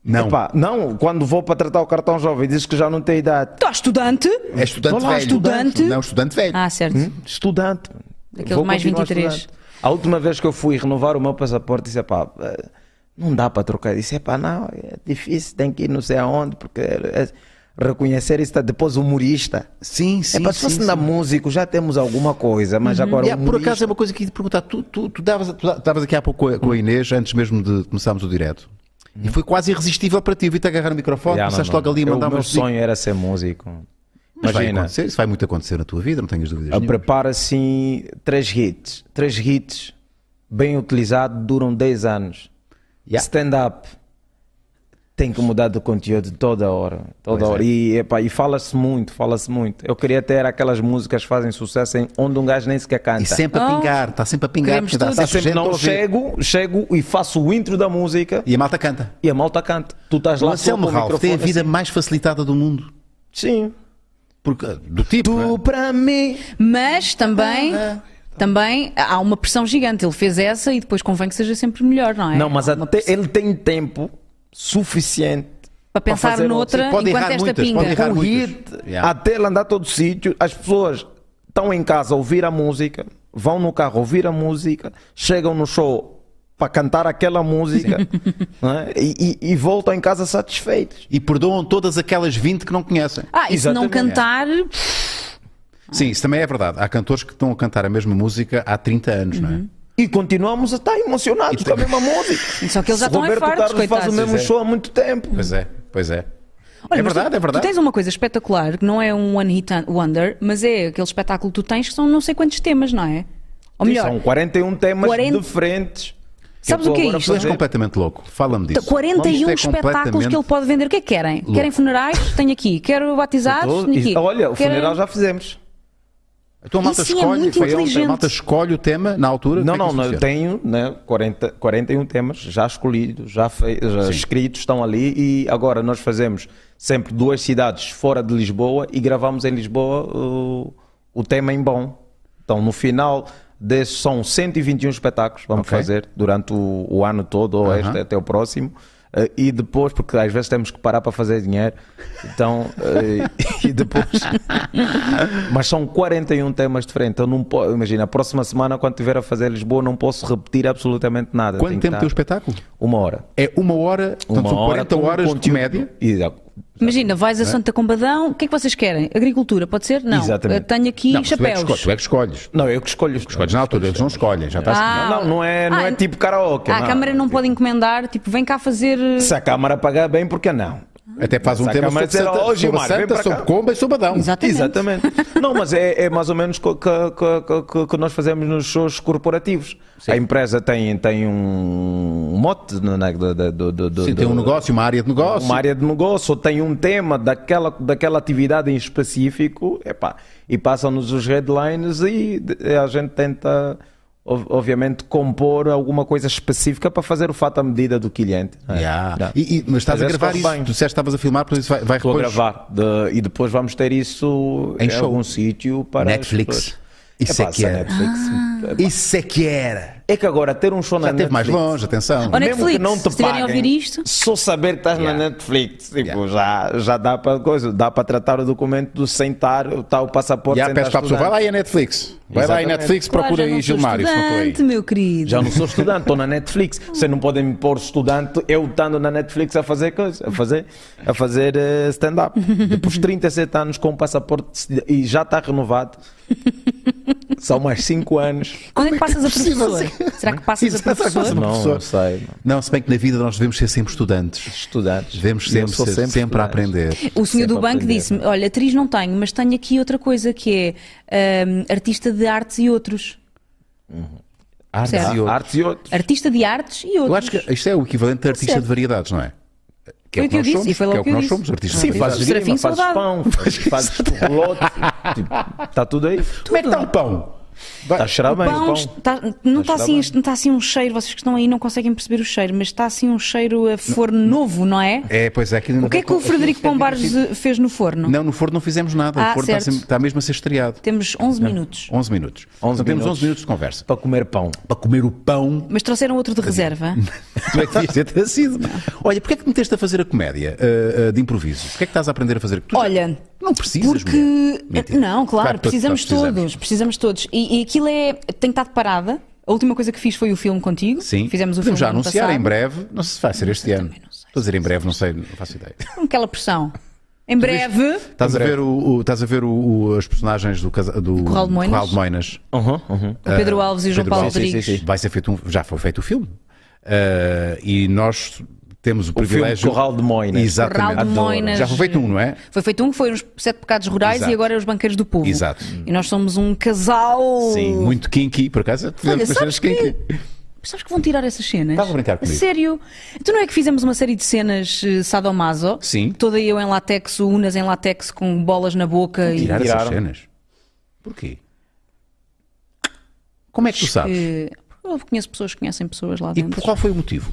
Não. Epá, não, quando vou para tratar o cartão jovem, diz que já não tem idade. Tá estudante? É estudante Olá, velho. estudante. Não, estudante velho. Ah, certo. Hum? Estudante. Daquele Vou mais continuar 23. estudante. A última vez que eu fui renovar o meu passaporte, disse: pá, eh, não dá para trocar. Disse: pá, não, é difícil, tem que ir não sei aonde, porque eh, reconhecer isso está depois humorista. Sim, sim. é para sim, se fosse um sim. na música, já temos alguma coisa, mas agora. Yeah, por humorista- acaso é uma coisa que ia te perguntar. Tu, tu, tu davas, tu davas aqui há pouco com a, com a Inês, antes mesmo de começarmos o direto. Hum. E foi quase irresistível para ti. Eu vi-te agarrar o microfone, Yeah, começaste mano, logo ali a eu- mandar É O meu umas sonho era ser músico. Mas vai Imagina. acontecer, isso vai muito acontecer na tua vida, não tenhas dúvidas. Eu nenhumas. preparo assim três hits. Três hits bem utilizados duram 10 anos. Yeah. Stand-up tem que mudar de conteúdo toda hora. Toda Pois é. hora. E, epá, e fala-se muito, fala-se muito. Eu queria ter aquelas músicas que fazem sucesso em onde um gajo nem sequer canta. E sempre a Oh. pingar, está sempre a pingar. Queremos porque dá tudo. Tá sempre sempre, gente a não, ouvir. chego, chego e faço o intro da música E a malta canta. e a malta canta. Tu estás O lá só Anselmo com o Ralph tem a microfone. assim. vida mais facilitada do mundo. Sim. Porque, do tipo. não Tu é? para mim. Mas também, também há uma pressão gigante. Ele fez essa e depois convém que seja sempre melhor, não é? Não, mas Há uma até pressão. ele tem tempo suficiente Para pensar fazer noutra Sim, pode enquanto errar esta muitas, pinga. pode errar o muitas. hit, Yeah. até ele andar todo sítio, as pessoas estão em casa a ouvir a música, vão no carro ouvir a música, chegam no show para cantar aquela música [laughs] não é? e, e- e voltam em casa satisfeitos. E perdoam todas aquelas 20 que não conhecem. É Ah, e Ah, se não Exatamente. cantar, Sim, isso também é verdade. Há cantores que estão a cantar a mesma música há 30 anos, não Uhum. é? E continuamos a estar emocionados com a mesma música. [laughs] Só que eles já estão Roberto fartos, Carlos faz o coitados. mesmo Pois é. show há muito tempo. Pois é, pois é. Olha, é mas verdade, tu, é verdade. Tu tens um uma coisa espetacular, que não é um One Hit Wonder, mas é aquele espetáculo que tu tens que são não sei quantos temas, não é? Ou melhor, São 41 temas 40 diferentes. que Sabes eu o que é estou agora a isto? Tu és fazer. completamente louco. Fala-me disso. Isto 41 é espetáculos que ele completamente- pode vender. O que é que querem? [laughs] Querem funerais? Tenho aqui. Quero batizados? Todo- Tenho aqui. Isso- Olha, o Querem- funeral já fizemos. A tua malta Isso é escolhe, muito foi ontem, inteligente. a malta escolhe o tema na altura. Como Não, é não, que isso não, eu funciona? tenho né, 40, 41 temas já escolhidos, já, fei- já escritos, estão ali e agora nós fazemos sempre duas cidades fora de Lisboa e gravamos em Lisboa o, o tema em bom. Então no final desses são 121 espetáculos, vamos Ok. fazer durante o, o ano todo ou Aham. este até o próximo. Eh, E depois, porque às vezes temos que parar para fazer dinheiro, então. eh, [laughs] e depois. Mas são 41 temas diferentes. Eu não po- imagina, a próxima semana, quando estiver a fazer Lisboa, não posso repetir absolutamente nada. Quanto tempo tem o que estar- espetáculo? Uma hora. É uma hora, portanto, uma são hora 40 com horas de conteúdo. ah, comédia. Exato. Imagina, vais a Santa Combadão, o que é que vocês querem? Agricultura, pode ser? Não. Exatamente. Eh, Tenho aqui Não, mas tu é, que chapéus. escolhes, tu é que escolhes. Não, eu que escolho. os Escolhes na altura, eles não escolhem, já está Ah, Não, não é, não Ah, é tipo karaoke. Ah, a Câmara não pode encomendar, tipo, vem cá fazer. eh, Se a Câmara pagar bem, por que não? Até faz um Saca, tema mas sobre era, Santa, "Ó, Gilmar, sobre, vem Santa, para cá." sobre Comba e sobre Adão. Exatamente. Exatamente. não, mas é, é mais ou menos o que, que, que- que nós fazemos nos shows corporativos. A empresa tem, tem um mote no, na, do, do, do, do- Sim, tem um do- negócio, uma área de negócio. uma área de negócio ou tem um tema daquela, daquela atividade em específico epá, e passam-nos os headlines e de- a gente tenta ob- obviamente compor alguma coisa específica para fazer o fato à medida do cliente não é? Yeah. Não. E- e- mas estás Às a vezes gravar corre isso. bem. Tu disseste que estavas a filmar, por isso vai, vai Estou a depois- gravar de- e depois vamos ter isso Em em, show. algum sítio para as Netflix. pessoas. Isso é Epá, que essa era. Netflix. Isso é que era. É que agora ter um show na Já esteve Netflix mais longe, atenção. Olha- Mesmo Netflix, que não te se estiverem a paguem, ouvir isto. Só saber que estás Yeah. na Netflix, tipo, já, já dá para coisa, dá para tratar o documento, sentar, tá, o passaporte. Já sem peço para estar a pessoa, vai estudante. lá e a Netflix. Vai lá e a Exatamente. Netflix, Claro, procura já não aí sou Gilmário, se não estou aí. estudante, meu querido. Já não sou estudante, estou na Netflix. Você não podem me pôr estudante, eu estando na Netflix a fazer coisa, a fazer, a fazer eh, stand-up. Depois de 37 anos com o passaporte de cidad- e já está renovado. São mais 5 anos. Quando é que passas a possível professor? Será que passas a Isso, será que professor? passas a Não, professor? não sei. não. Não, se bem que na vida nós devemos ser sempre estudantes. Estudantes. Devemos E eu sempre, sou ser, sempre, a estudante. aprender. O senhor Sempre do banco aprender. disse-me: Olha, atriz não tenho, mas tenho aqui outra coisa que é hum, artista de artes e outros. Artes Certo. e outros. Artes e outros. Artista de artes e outros. Eu acho que isto é o equivalente de artista Certo. de variedades, não é? Que é Foi o o que que eu nós disse, somos, e foi que logo é o que que eu nós disse. somos, artistas Sim, de fazes variedades. Serafim grima, fazes Soldado. pão, fazes, fazes rolote, tipo, tá tudo aí. Como é que está o pão? Vai. Está a cheirar tá? O bem pão o pão. está- não, está Está assim, bem. não está assim um cheiro, vocês que estão aí não conseguem perceber o cheiro, mas está assim um cheiro a forno novo, não é? É, pois [laughs] é. O que é que o Frederico Pombares fez no forno? Não, no forno não fizemos nada. Ah, o forno está, certo. sem- está mesmo a ser estreado. Temos 11 minutos. 11 minutos. 11 então temos minutos. 11 minutos de conversa. Para comer pão. Para comer o pão, Mas trouxeram outro de reserva. como é que devia ter sido? [laughs] Olha, porquê é que te meteste a fazer a comédia ah, ah, de improviso? Porquê é que estás a aprender a fazer? Tu já- Olha, não precisas, mulher. Porque. Mentira. Não, claro, to- precisamos nós todos. Precisamos, todos. E, e aquilo é. Tem estado parada. A última coisa que fiz foi o filme contigo. Sim, Fizemos o podemos filme. já no ano anunciar passado. em breve. Não sei se vai ser este ano. não sei. Estou a dizer em breve, não sei, não faço ideia. Com aquela pressão. Em breve. Estás a ver, o, o- estás a ver o- o- as personagens do, casa- do Corral de Moinas? Moinas? Uhum, uhum. Com Pedro Alves e João Paulo Ah, Alves. Rodrigues. Sim, sim, sim. Vai ser feito um, já foi feito o filme. Ah, e nós temos o, O filme privilégio. Corral de Moinas. Exatamente. Corral de Adoro. Moinas. Já foi feito um, não é? Foi feito um que foi os Sete Pecados Rurais Exato. e agora é os Banqueiros do Povo. Exato. E nós somos um casal. Sim, muito kinky, por acaso. fizemos Olha, bastante sabes que... Sabes que vão tirar essas cenas? Estás a brincar comigo? Sério? Tu não é que fizemos uma série de cenas eh, sadomaso? Sim. Toda eu em latex, o Unas em latex com bolas na boca e... Tirar essas Tiraram. cenas. Porquê? Como é que tu sabes? Eh, Eu conheço pessoas que conhecem pessoas lá E dentro. por qual foi o motivo?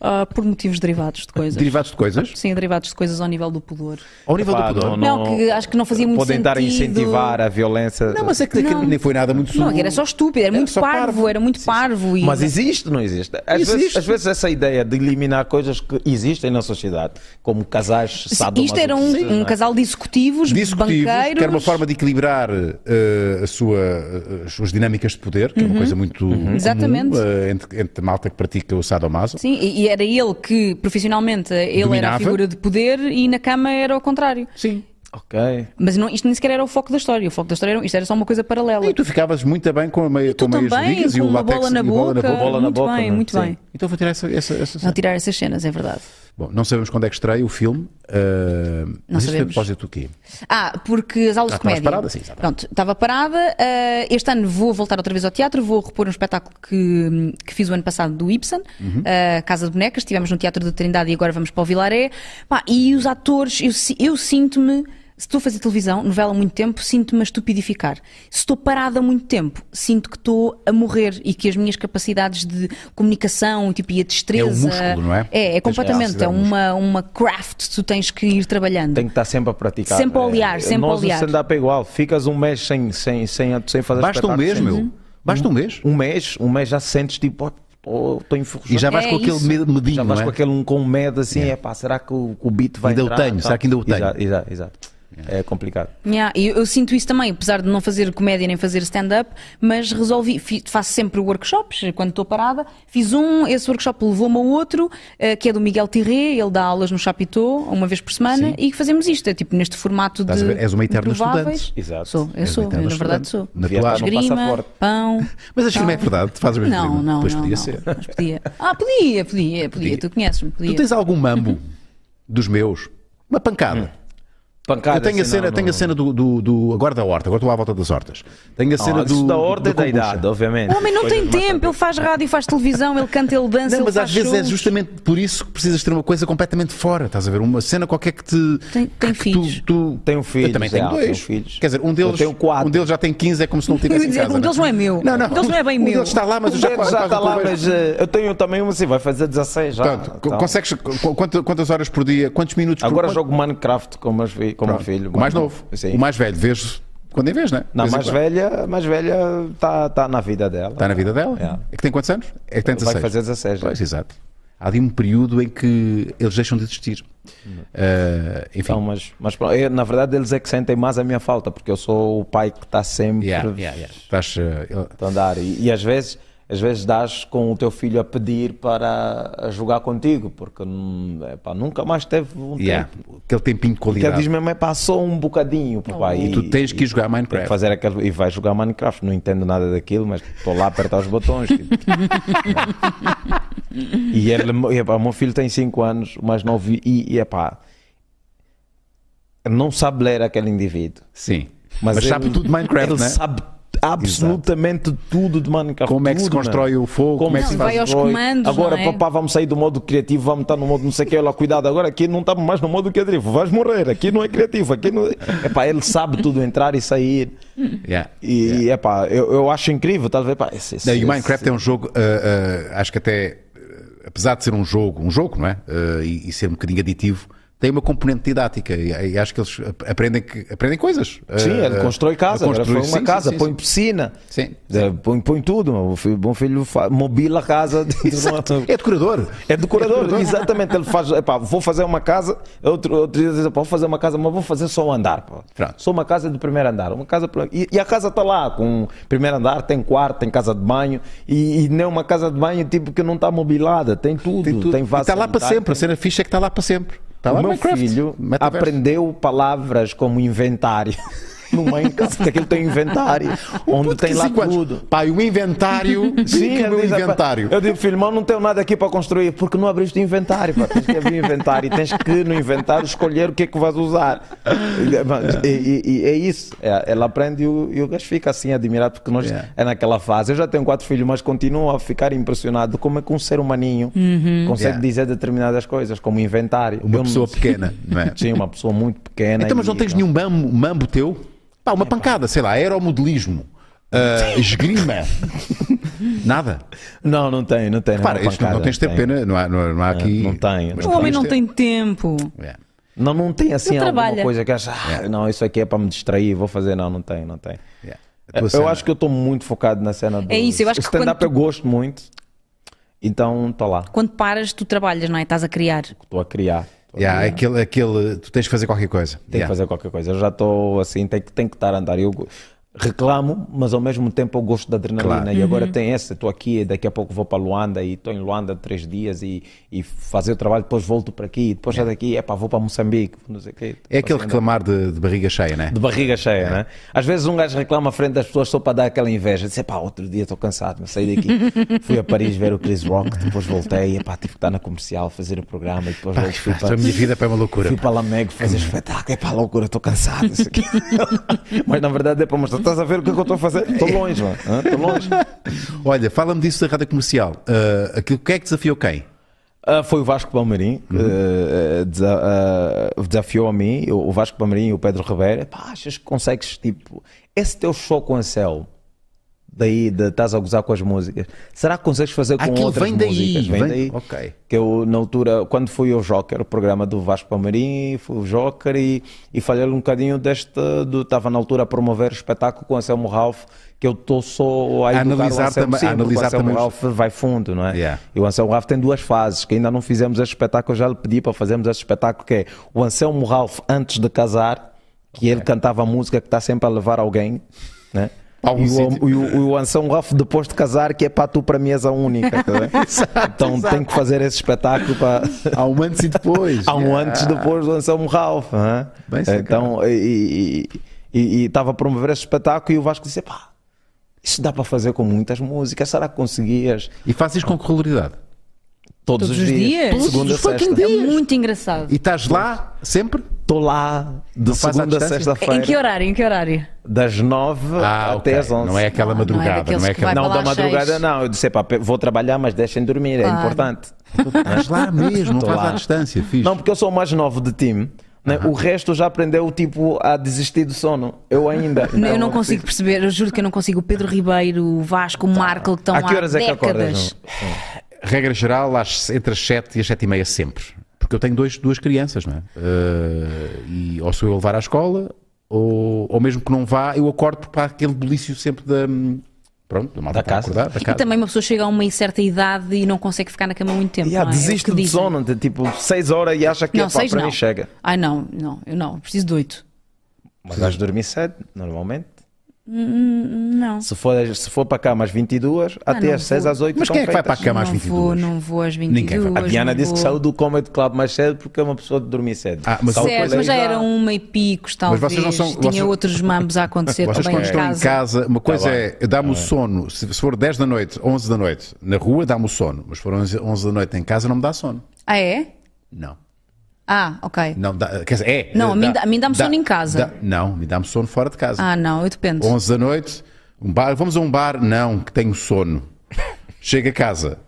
Ah, por motivos derivados de coisas. Derivados de coisas? Sim, derivados de coisas ao nível do pudor. Ao nível Epá, do pudor? não, não. Não, que acho que não fazia muito Podem sentido. estar a incentivar a violência. Não, mas é que aquilo nem foi nada muito Não, era só estúpido, era, muito só parvo, parvo. era muito parvo. E... Mas existe, não existe? Às, Vezes, Existe. às vezes essa ideia de eliminar coisas que existem na sociedade, como casais Sim, sadomasoquistas. Isto era não um, um é? casal de executivos, discutivos, banqueiros. que era uma forma de equilibrar eh, a sua, eh, as suas dinâmicas de poder, que é uma coisa muito comum, Uhum. Exatamente. eh, entre, entre a malta que pratica o sadomaso. Sim, e e era ele que profissionalmente ele era Dominava. a figura de poder e na cama era o contrário. Sim. Ok. Mas não- isto nem sequer era o foco da história. O foco da história era, isto era só uma coisa paralela. E tu ficavas muito bem com a meia, tu com meias também, ligas com e o uma látex bola na e a bola na boca. boca. Bola na muito boca, bem, não é? muito Sim. bem. Então vou tirar essa. essa, essa- Vão tirar essas cenas, é verdade. Bom, não sabemos quando é que estreia o filme. ah, mas isto foi a sabemos. propósito do quê? Ah, porque as aulas Ah, de comédia. estavas parada, sim, exatamente. Pronto, estava parada. ah, este ano vou voltar outra vez ao teatro, vou repor um espetáculo que, que fiz o ano passado do Ibsen, Uhum. ah, Casa de Bonecas. Estivemos no Teatro da Trindade e agora vamos para o Vilaré. Pá, e os atores, eu, si- eu sinto-me. Se estou a fazer televisão, novela há muito tempo, sinto-me a estupidificar. Se estou parada há muito tempo, sinto que estou a morrer e que as minhas capacidades de comunicação tipo, e a destreza. É músculo, não é? É, é Tens que completamente. exercitar É o músculo. uma, uma craft que tu tens que ir trabalhando. Tem que estar sempre a praticar. Sempre a olhar, É, sempre a Nós no olhar. stand-up é igual. Ficas um mês sem, sem, sem, sem fazer Basta um espetáculo, mês, sem- meu. Basta um mês. Um mês, um mês já sentes tipo, oh, estou enferrujado. E já vais É com aquele isso. medo- medinho, Já vais não é? com aquele um com medo assim, é pá, será que o, que o beat vai Ainda o entrar, tenho, tal? será que ainda o tenho? Exato, exato. exato. É complicado. Yeah, eu, eu sinto isso também, apesar de não fazer comédia nem fazer stand-up, mas resolvi, fi- faço sempre workshops quando estou parada. Fiz um, esse workshop levou-me a outro, eh, que é do Miguel Tirré, ele dá aulas no Chapitou uma vez por semana e fazemos isto, é tipo neste formato de. Estás a ver? És uma eterna improváveis. estudante. Exato. Sou, eu És uma sou, eu, eterna na verdade estudante. sou. Então, Na Devia tua- estar no Esgrima, passaporte. pão. Mas a esgrima é verdade, tu fazes mesmo Não, esgrima. não, Pois não. podia não, ser. Mas podia. Ah, podia, podia, podia. Tu conheces-me, podia. Tu tens algum mambo dos meus? Uma pancada. Pancada, eu tenho a Hum. assim, cena, não, tenho não, a cena do, do- do- agora da horta, agora estou à volta das hortas. Tenho a não. cena Ah, do isso da ordem do da kombucha. idade, obviamente. O homem não Coisas tem mais tempo, ele faz rádio, faz televisão, ele canta, ele dança, Não, ele mas faz às vezes é shows. justamente por isso que precisas ter uma coisa completamente fora, estás a ver? Uma cena qualquer que te. Tem- tem que filhos. Tu, tu... Tenho filhos, Eu também é, tenho dois. tenho filhos. Quer dizer, um deles, Eu tenho quatro. um deles já tem 15, é como [laughs] se não o tivesse em dizer, casa, um deles não é meu. Não, não. Um deles não é bem um meu. deles está lá, mas O eu já Pedro já está lá, mas eh, eu tenho também um assim, vai fazer 16 já. Portanto, co- Então, consegues. co- quanto- Quantas horas por dia? Quantos minutos por Agora quanto- jogo Minecraft com, meus fi- com o meu Pronto, um filho. O mais novo. Sim. O mais velho, vês quando em vez, né? Não, a Vês em mais quando. velha, a mais velha está tá na vida dela. Está na vida dela? Yeah. É que tem quantos anos? É que tem 16. Vai fazer 16. Pois, exato. Há ali um período em que eles deixam de existir. Ah, enfim. Então, mas, mas pronto, eu, na verdade eles é que sentem mais a minha falta, porque eu sou o pai que está sempre Yeah, yeah, yeah. Estás, ah, ele- a andar. E, e às vezes, às vezes dás com o teu filho a pedir para a jogar contigo, porque hum, epá, nunca mais teve um yeah. tempo. Aquele tempinho de Porque ele qualidade. diz mesmo, epá, só um bocadinho, papai. E tu tens que ir jogar Tem que Minecraft. fazer aquele, e vai jogar Minecraft, não entendo nada daquilo, mas estou lá a apertar os botões. tipo. e ele, e, epá, o meu filho tem 5 anos, o mais novo, e, e epá, não sabe ler aquele indivíduo. Sim. Mas, sabe ele- tudo de Minecraft, ele né? sabe absolutamente tudo de Minecraft. Como é que se tudo, mano. constrói o fogo, como é que Não, se vai faz. aos Oi, comandos, Agora, não é? papá, vamos sair do modo criativo, vamos estar no modo não sei o que. Olha, cuidado, agora aqui não estamos mais no modo criativo. Vais morrer, aqui não é criativo. Aqui não... é-" Epá, ele sabe tudo, entrar e sair. Yeah. E, é epá, eu, eu acho incrível, talvez, pá, esse, esse, Não, e esse- o Minecraft é um jogo, ah, ah, acho que até, ah, apesar de ser um jogo, um jogo, não é? Ah, e, e ser um bocadinho aditivo, tem uma componente didática e, e acho que eles ap- aprendem, que, aprendem coisas. Ah, Sim, ele ah, constrói casa, a construir- agora põe uma sim, sim, casa, sim, põe um sim. piscina, Sim. eh, põe, põe tudo. O fi- bom filho fa- mobila [laughs] a casa. Exato. É decorador. É decorador, exatamente. Ele faz, epá, vou fazer uma casa. Outro, outro dia diz, epá, vou fazer uma casa, mas vou fazer só um andar. pá. Pronto. Só uma casa do primeiro andar. Uma casa, pro- e, e a casa está lá, com primeiro andar, tem quarto, tem casa de banho. E, e nem uma casa de banho tipo que não está mobilada, tem tudo. Tem, E vaso está lá para sanitário, sempre. A cena ficha é que está lá para sempre. Está lá o meu Minecraft. filho Metaverso. aprendeu palavras [laughs] como inventário. No Minecraft, aquilo tem inventário, onde tem lá 15 anos. tudo. Pai, o [laughs] inventário. Sim, o ele meu diz, "Rapaz", inventário. Eu digo, filho, mas não tenho nada aqui para construir, porque não abriste o inventário. Pá. Tens que abrir o inventário e tens que, no inventário, escolher o que é que vais usar. E, e- e é isso. É, ela aprende e o, e o gajo fica assim admirado, porque nós Yeah. é naquela fase. Eu já tenho quatro filhos, mas continuo a ficar impressionado como é que um ser humaninho consegue Yeah. dizer determinadas coisas, como inventário. Eu Uma não- pessoa [laughs] pequena, não é? Sim, uma pessoa muito pequena. Então, mas não e- tens nenhum mambo, mambo teu? Pá, uma pancada, sei lá, aeromodelismo, ah, [laughs] esgrima, nada. Não, não tem, não tem. Repara, não, isto não, não tens de ter tem. pena, não há, não há- não há aqui. não tenho, mas O podias não Um homem não ter. tem tempo. É. Não, não tem assim Não alguma trabalha. coisa que acha, "Ah, não, isso aqui é para me distrair, vou fazer. Não, não tem, não tem. É. A tua Eu cena. acho que eu estou muito focado na cena do É isso, eu acho que stand-up. quando Eu gosto muito, então estou lá, Quando paras, tu trabalhas, não é? Estás a criar. estou a criar. Tô a Yeah, criar. aquele, aquele, tu tens de fazer qualquer coisa. Tem que fazer qualquer coisa. Eu já estou assim, tem que, tem que estar a andar. Eu go- reclamo, mas ao mesmo tempo eu gosto da adrenalina. Claro. E Uhum. agora tem essa, estou aqui, e daqui a pouco vou para Luanda e estou em Luanda três dias e, e fazer o trabalho, depois volto para aqui, depois já daqui, é pá, vou para Moçambique, não sei o quê. É aquele reclamar de, de barriga cheia, né? De barriga cheia, né? Às vezes um gajo reclama à frente das pessoas só para dar aquela inveja. Dizer, pá, outro dia estou cansado, mas [laughs] saí daqui. Fui a Paris ver o Chris Rock, depois voltei, e pá, tive que estar na comercial, fazer o programa e depois Pá, voltei a minha vida é uma loucura. Hum. Fui para Lamego fazer espetáculo, é para loucura, estou cansado. isso aqui. [laughs] Mas na verdade é para mostrar, estás a ver o que, é que eu estou a fazer? Estou longe, mano. hã? Estou longe. Olha, fala-me disso da rádio comercial. Ah, aquilo que é que desafiou quem? Ah, foi o Vasco Palmeirim Uhum. que eh, desa- ah, desafiou a mim, o o Vasco Palmeirim e o Pedro Ribeiro. Pá, achas que consegues, tipo, esse teu show com Anselmo, daí de estás a gozar com as músicas, será que consegues fazer com Aquilo outras vem daí, músicas? vem- ok. Que eu, na altura, quando fui ao Joker, o programa do Vasco Palmeirim, fui ao Joker e, e falei-lhe um bocadinho deste, do- estava na altura a promover o espetáculo com Anselmo Ralph, que eu estou só a A educar analisar o Anselmo, também- sim, a porque analisar o Anselmo também os- Ralph vai fundo, não é? Yeah. E o Anselmo Ralph tem duas fases, que ainda não fizemos este espetáculo, eu já lhe pedi para fazermos este espetáculo, que é o Anselmo Ralph antes de casar, que ele cantava a música que está sempre a levar alguém, né? Para algum e, o, sítio. e, o, e o Anselmo Ralph depois de casar, que é para tu, para mim és a única, tá [laughs] bem? Então tem que fazer esse espetáculo para... Há um antes e [laughs] depois. Há um antes depois do Anselmo Ralph. hã? Bem sacado. então, e e- e- e estava a promover esse espetáculo e o Vasco disse: pá, isso dá para fazer com muitas músicas, será que conseguias? E faz isto com que regularidade. Todos, Todos os dias? Todos Segunda, os fucking sexta. dias. É muito engraçado. E estás lá sempre? Estou lá de Não faz à segunda a distância? Em que sexta-feira, horário? Em que horário? das nove Ah, até ok. as onze. Não é aquela Não, não é madrugada, daqueles não é que vai aquela. Não, Vai da lá às madrugada seis. não. Eu disse: pá, pe- vou trabalhar, mas deixem dormir, é Claro. importante. [laughs] Estás lá mesmo, não Tô estás lá. à distância, fixe. Não, porque eu sou o mais novo de time. Né? O resto já aprendeu tipo a desistir do sono. Eu ainda. Não, [laughs] eu Então, não consigo perceber, eu juro que eu não consigo. O Pedro Ribeiro, o Vasco, o Marco, que estão Tá. A que há horas é que acordas? décadas. João? Regra geral, às, entre as 7 e as 7 e meia sempre. Porque eu tenho dois, duas crianças, não é? Eh, e ou sou eu a levar à escola, ou, ou mesmo que não vá, eu acordo porque há aquele bulício sempre da. hum, Pronto, da malta Da para casa. acordar, da E casa. também uma pessoa chega a uma certa idade e não consegue ficar na cama muito tempo. Yeah, não é? É o desiste que de dizem. sono, de, tipo 6 horas e acha que Não, é pá, seis para não. mim chega. Ai não, não, eu não, preciso de oito. Mas vais dormir cedo, normalmente. Hum, Não. Ah, Se for, se for para cá mais 22, até não às 6 vou. às 8 Mas quem é que vai para a cama às não vou, 22? não vou às 22. Ninguém vai. A Diana não disse que vou. saiu do Comedy Club mais cedo porque é uma pessoa de dormir cedo. Ah, mas Só uma Certo, depois mas já aí era uma e picos, talvez. vocês não são- Tinha vocês- outros mambos a acontecer Vocês também quando em estão casa. em casa, uma coisa Tá bem. é dá-me o sono, se, se for 10 da noite, 11 da noite, na rua dá-me o sono, mas se for 11, 11 da noite em casa não me dá sono. Ah, é? Não. Ah, ok. Não dá, quer dizer, é. Não, a mim dá- a mim dá-me sono em casa. dá- não, a mim dá-me sono fora de casa. Ah, não, eu dependo. 11 da noite, um bar, vamos a um bar, não, que tenho sono. Chega a casa,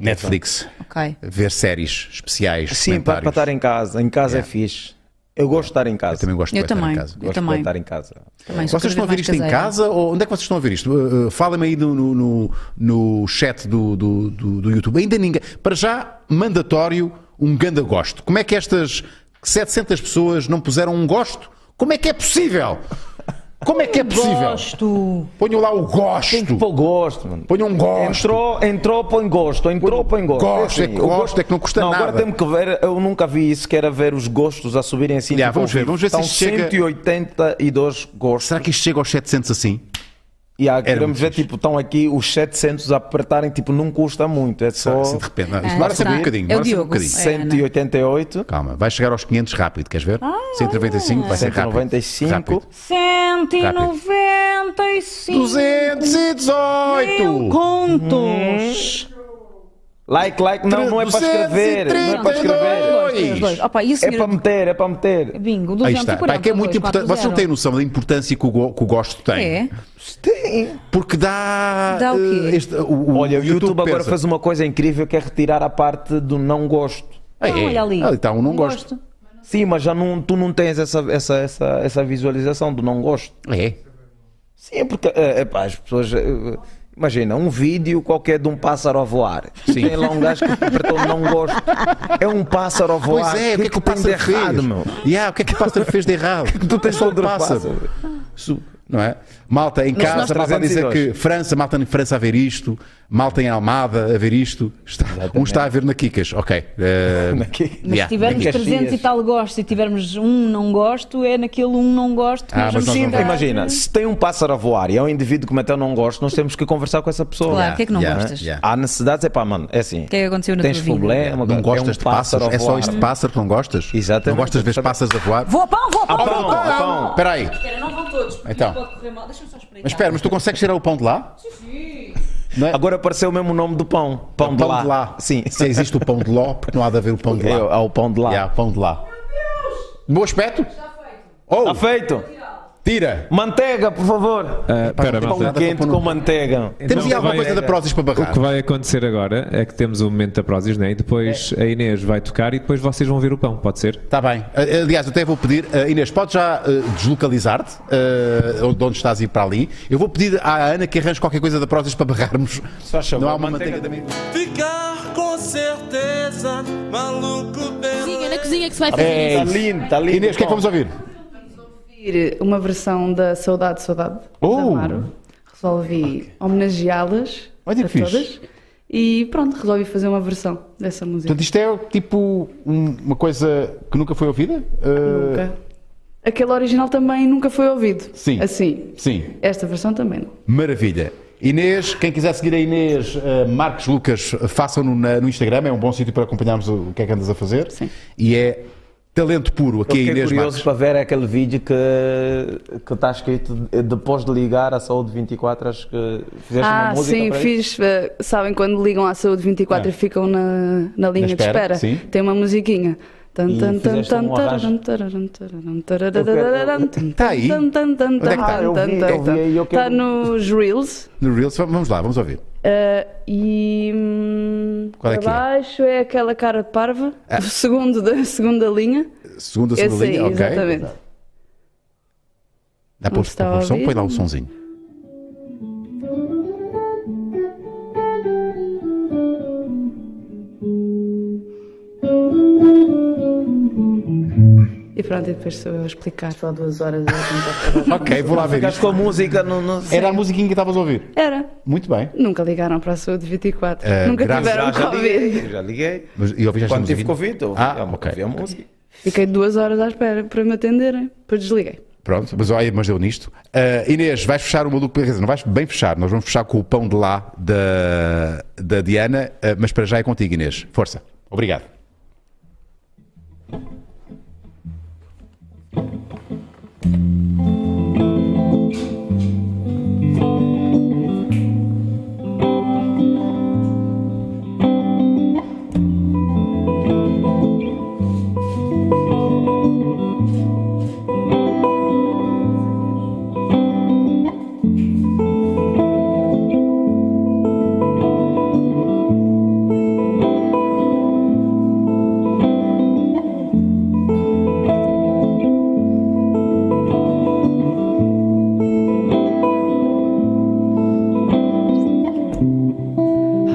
Netflix, Ok. É ver séries especiais, Sim, para, para comentários. estar em casa. Em casa é fixe. Eu gosto de estar em casa. Também gosto Eu de estar também. em casa. Eu gosto de também. estar em casa. Também sou é Vocês estão a cada ouvir vez isto em mais caseira. casa ou onde é que vocês estão a ouvir isto? Uh, uh, Falem-me aí no, no, no- no chat do, do, do- do YouTube. Ainda ninguém. Para já, mandatório, um ganda gosto. Como é que estas 700 pessoas não puseram um gosto? Como é que é possível? Como é que é possível? Gosto. Ponham lá o Um Tem é que gosto. pôr gosto, mano. Ponham um gosto. Entrou, entrou, põe gosto, entrou, põe gosto. assim, Gosto, é que eu gosto, é que não custa nada. Agora temos que ver, eu nunca vi isso, que era ver os gostos a subirem assim. Yeah, vamos ao ver, vivo. vamos ver se São isto chega- 182 gostos. Será que isto chega aos 700 assim? E há, muito queremos ver, tipo, estão aqui os 700 a apertarem, tipo, não custa muito, é só Assim de repente. Não, isto Ah, demora sempre um está. bocadinho. É o Demora sempre um Diogo. bocadinho. É. 188, Calma, vai chegar aos 500 rápido, queres ver? Ah. 195, vai ser rápido. 195. Rápido. 195 218! contos. Like, like, não, não é para escrever, não é para escrever. Dois, dois. Opa, e a É para senhora? meter, é para meter. Bingo, Aí 240. está. Pá, que é muito importante. Vocês não têm noção da importância que o, go- que o gosto tem. É. Porque dá. Dá o quê? eh, este- o- o Olha, o YouTube, agora pensa, fez uma coisa incrível que é retirar a parte do não gosto. "Ei, ei, olha ali. "Ah, Ali está É, um não gosto. Sim, mas já não, tu não tens essa, essa, essa, essa visualização do não gosto. É. Sim, porque eh, epá, as pessoas. eh, Imagina, um vídeo qualquer de um pássaro a voar. Tem lá um gajo que apertou não gosto. É um pássaro a voar. Pois é, o que é que o tem de pássaro fez? errado, meu? Yeah, o que é que o pássaro fez de errado? [laughs] Tu tens Só o todo o pássaro. pássaro. Não é? Malta, em casa, nós malta a dizer 302. que França, malta em França a ver isto, Malta em Almada a ver isto. Está- um está a ver na Kikas, ok. [laughs] É eh, Aqui. Mas se yeah, tivermos na Kikas. 300 e tal gostos e tivermos um não gosto, é naquele um não gosto que Ah, nós mas vamos nós não sim, vamos. é. Imagina, se tem um pássaro a voar e é um indivíduo que meteu não gosto, nós temos que conversar com essa pessoa. Claro, o que é que não yeah, gostas? yeah. Há necessidades, é pá, mano, é assim. O que é que aconteceu na Tens tua vida? problema, Não é um gostas de pássaro pássaros? a É só voar. este pássaro que não gostas? Exatamente. Não gostas de ver pássaros a voar? Vou a pão, vou a pão! Ah, pão, Ah, ah, pão. Espera aí. Espera, não vão todos, porque Então. pode correr mal. Deixa-me só espreitar. Mas espera, mas tu consegues tirar o pão de lá? Agora apareceu mesmo o nome do pão. Pão, O É pão de lá. Sim. Se existe o pão de ló, porque não há de haver o pão de lá. É, há o pão de lá. Yeah, pão de lá. Bom aspecto? Está Oh, Tá feito? tira. Manteiga, por favor. É. Espera, pão pão malta. nada, quente pão no- com manteiga. Ah, tipo, Temos aí Então, alguma vai- coisa da Prozis para O barrar. que vai acontecer agora é que temos o momento da Prozis, né? E depois a Inês vai tocar e depois vocês vão ver o pão, pode ser? Está bem. Ah, Aliás, eu até vou pedir, ah, Inês, podes já ah, deslocalizar-te ah, de onde estás e ir para ali. Eu vou pedir à Ana que arranje qualquer coisa da Prozis para barrarmos. Só chama. Não há uma manteiga também. Ficar com certeza, maluco bem. Cozinha, na cozinha que É se vai fazer Está Tá isso. lindo, está lindo. Inês, o que é que vamos ouvir? ouvir uma versão da Saudade, Saudade Oh! da Amaro. Resolvi homenageá-las Olha que a fixe. todas e pronto, resolvi fazer uma versão dessa música. Portanto, isto é tipo um- uma coisa que nunca foi ouvida? Então, Ah, tipo, Nunca. eh, Aquele original também nunca foi ouvido. Sim. Assim. Eh, Sim. Esta versão também não. Maravilha. Inês, quem quiser seguir a Inês eh, Marques Lucas, eh, façam-no na- no Instagram, é um bom sítio para acompanharmos o, o que é que andas a fazer. Sim. E é talento puro aqui Eu a fiquei Inês curioso Marques. para ver aquele vídeo que que está escrito eh, depois de ligar a saúde 24, acho que fizeste uma Ah, música sim, para isso? Ah. fiz. eh, sabem quando ligam à saúde 24 e ficam na, na linha espera, de espera? sim. Tem uma musiquinha. Tan, E tan, tan, fizeste tan, um tararam, arranjo. tararam, tararam, tarararararam, tan, Tá aí? tan, tan, tan, é que tá? tan, Eu vi, tan, eu tan, vi tan. aí, eu quero- Tá nos Reels. No Reels, vamos lá, vamos ouvir. Ah, e hum, Qual é para que é? baixo é? aquela cara de parva, do segundo da segunda linha. Segunda, Esse segunda aí, linha, ok. exatamente. Dá para Não estava o a som, ouvir? põe lá um sonzinho. E pronto, e depois sou eu a explicar. ok, vou lá ver Ficaste isto. com a música no. no- Era a musiquinha que estavas a ouvir. Era. Muito bem. Nunca ligaram para a saúde 24. Ah, Nunca graças- tiveram Já, já Covid. liguei, já liguei. Mas- e ouviste esta Quando tive musiquinha? Covid, ouvi Ah, a- ok. ouvi a música. Fiquei duas horas à espera para me atenderem. Depois desliguei. Pronto, mas olha, mas deu nisto. Ah, Inês, vais fechar o maluco pela razão. Não vais bem fechar, nós vamos fechar com o pão de lá da, da Diana, ah, mas para já é contigo, Inês. Força. Obrigado.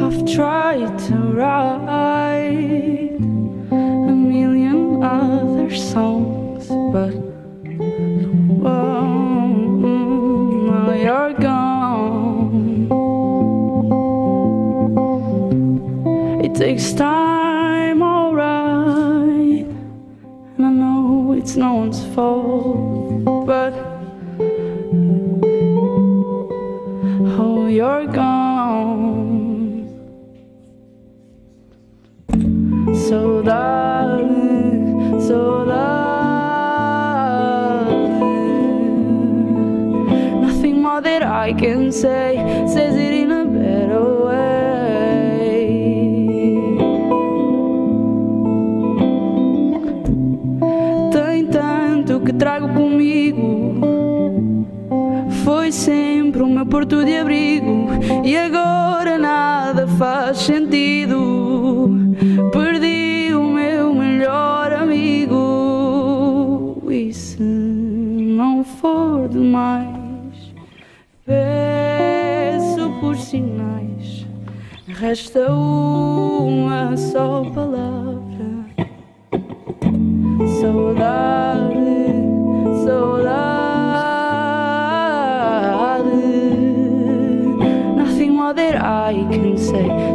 I've tried to write a million other songs, but whoa, now you're gone. It takes time, alright. And I know it's no one's fault, but. Oh, you're gone. So darling, so darling. Nothing more that I can say says it in a better way. Tem tanto que trago comigo. Foi sempre o meu porto de abrigo e agora nada faz sentido. Perdi o meu melhor amigo e se não for demais, peço por sinais. Resta uma só palavra. Saudade, saudade. Nothing more that I I can say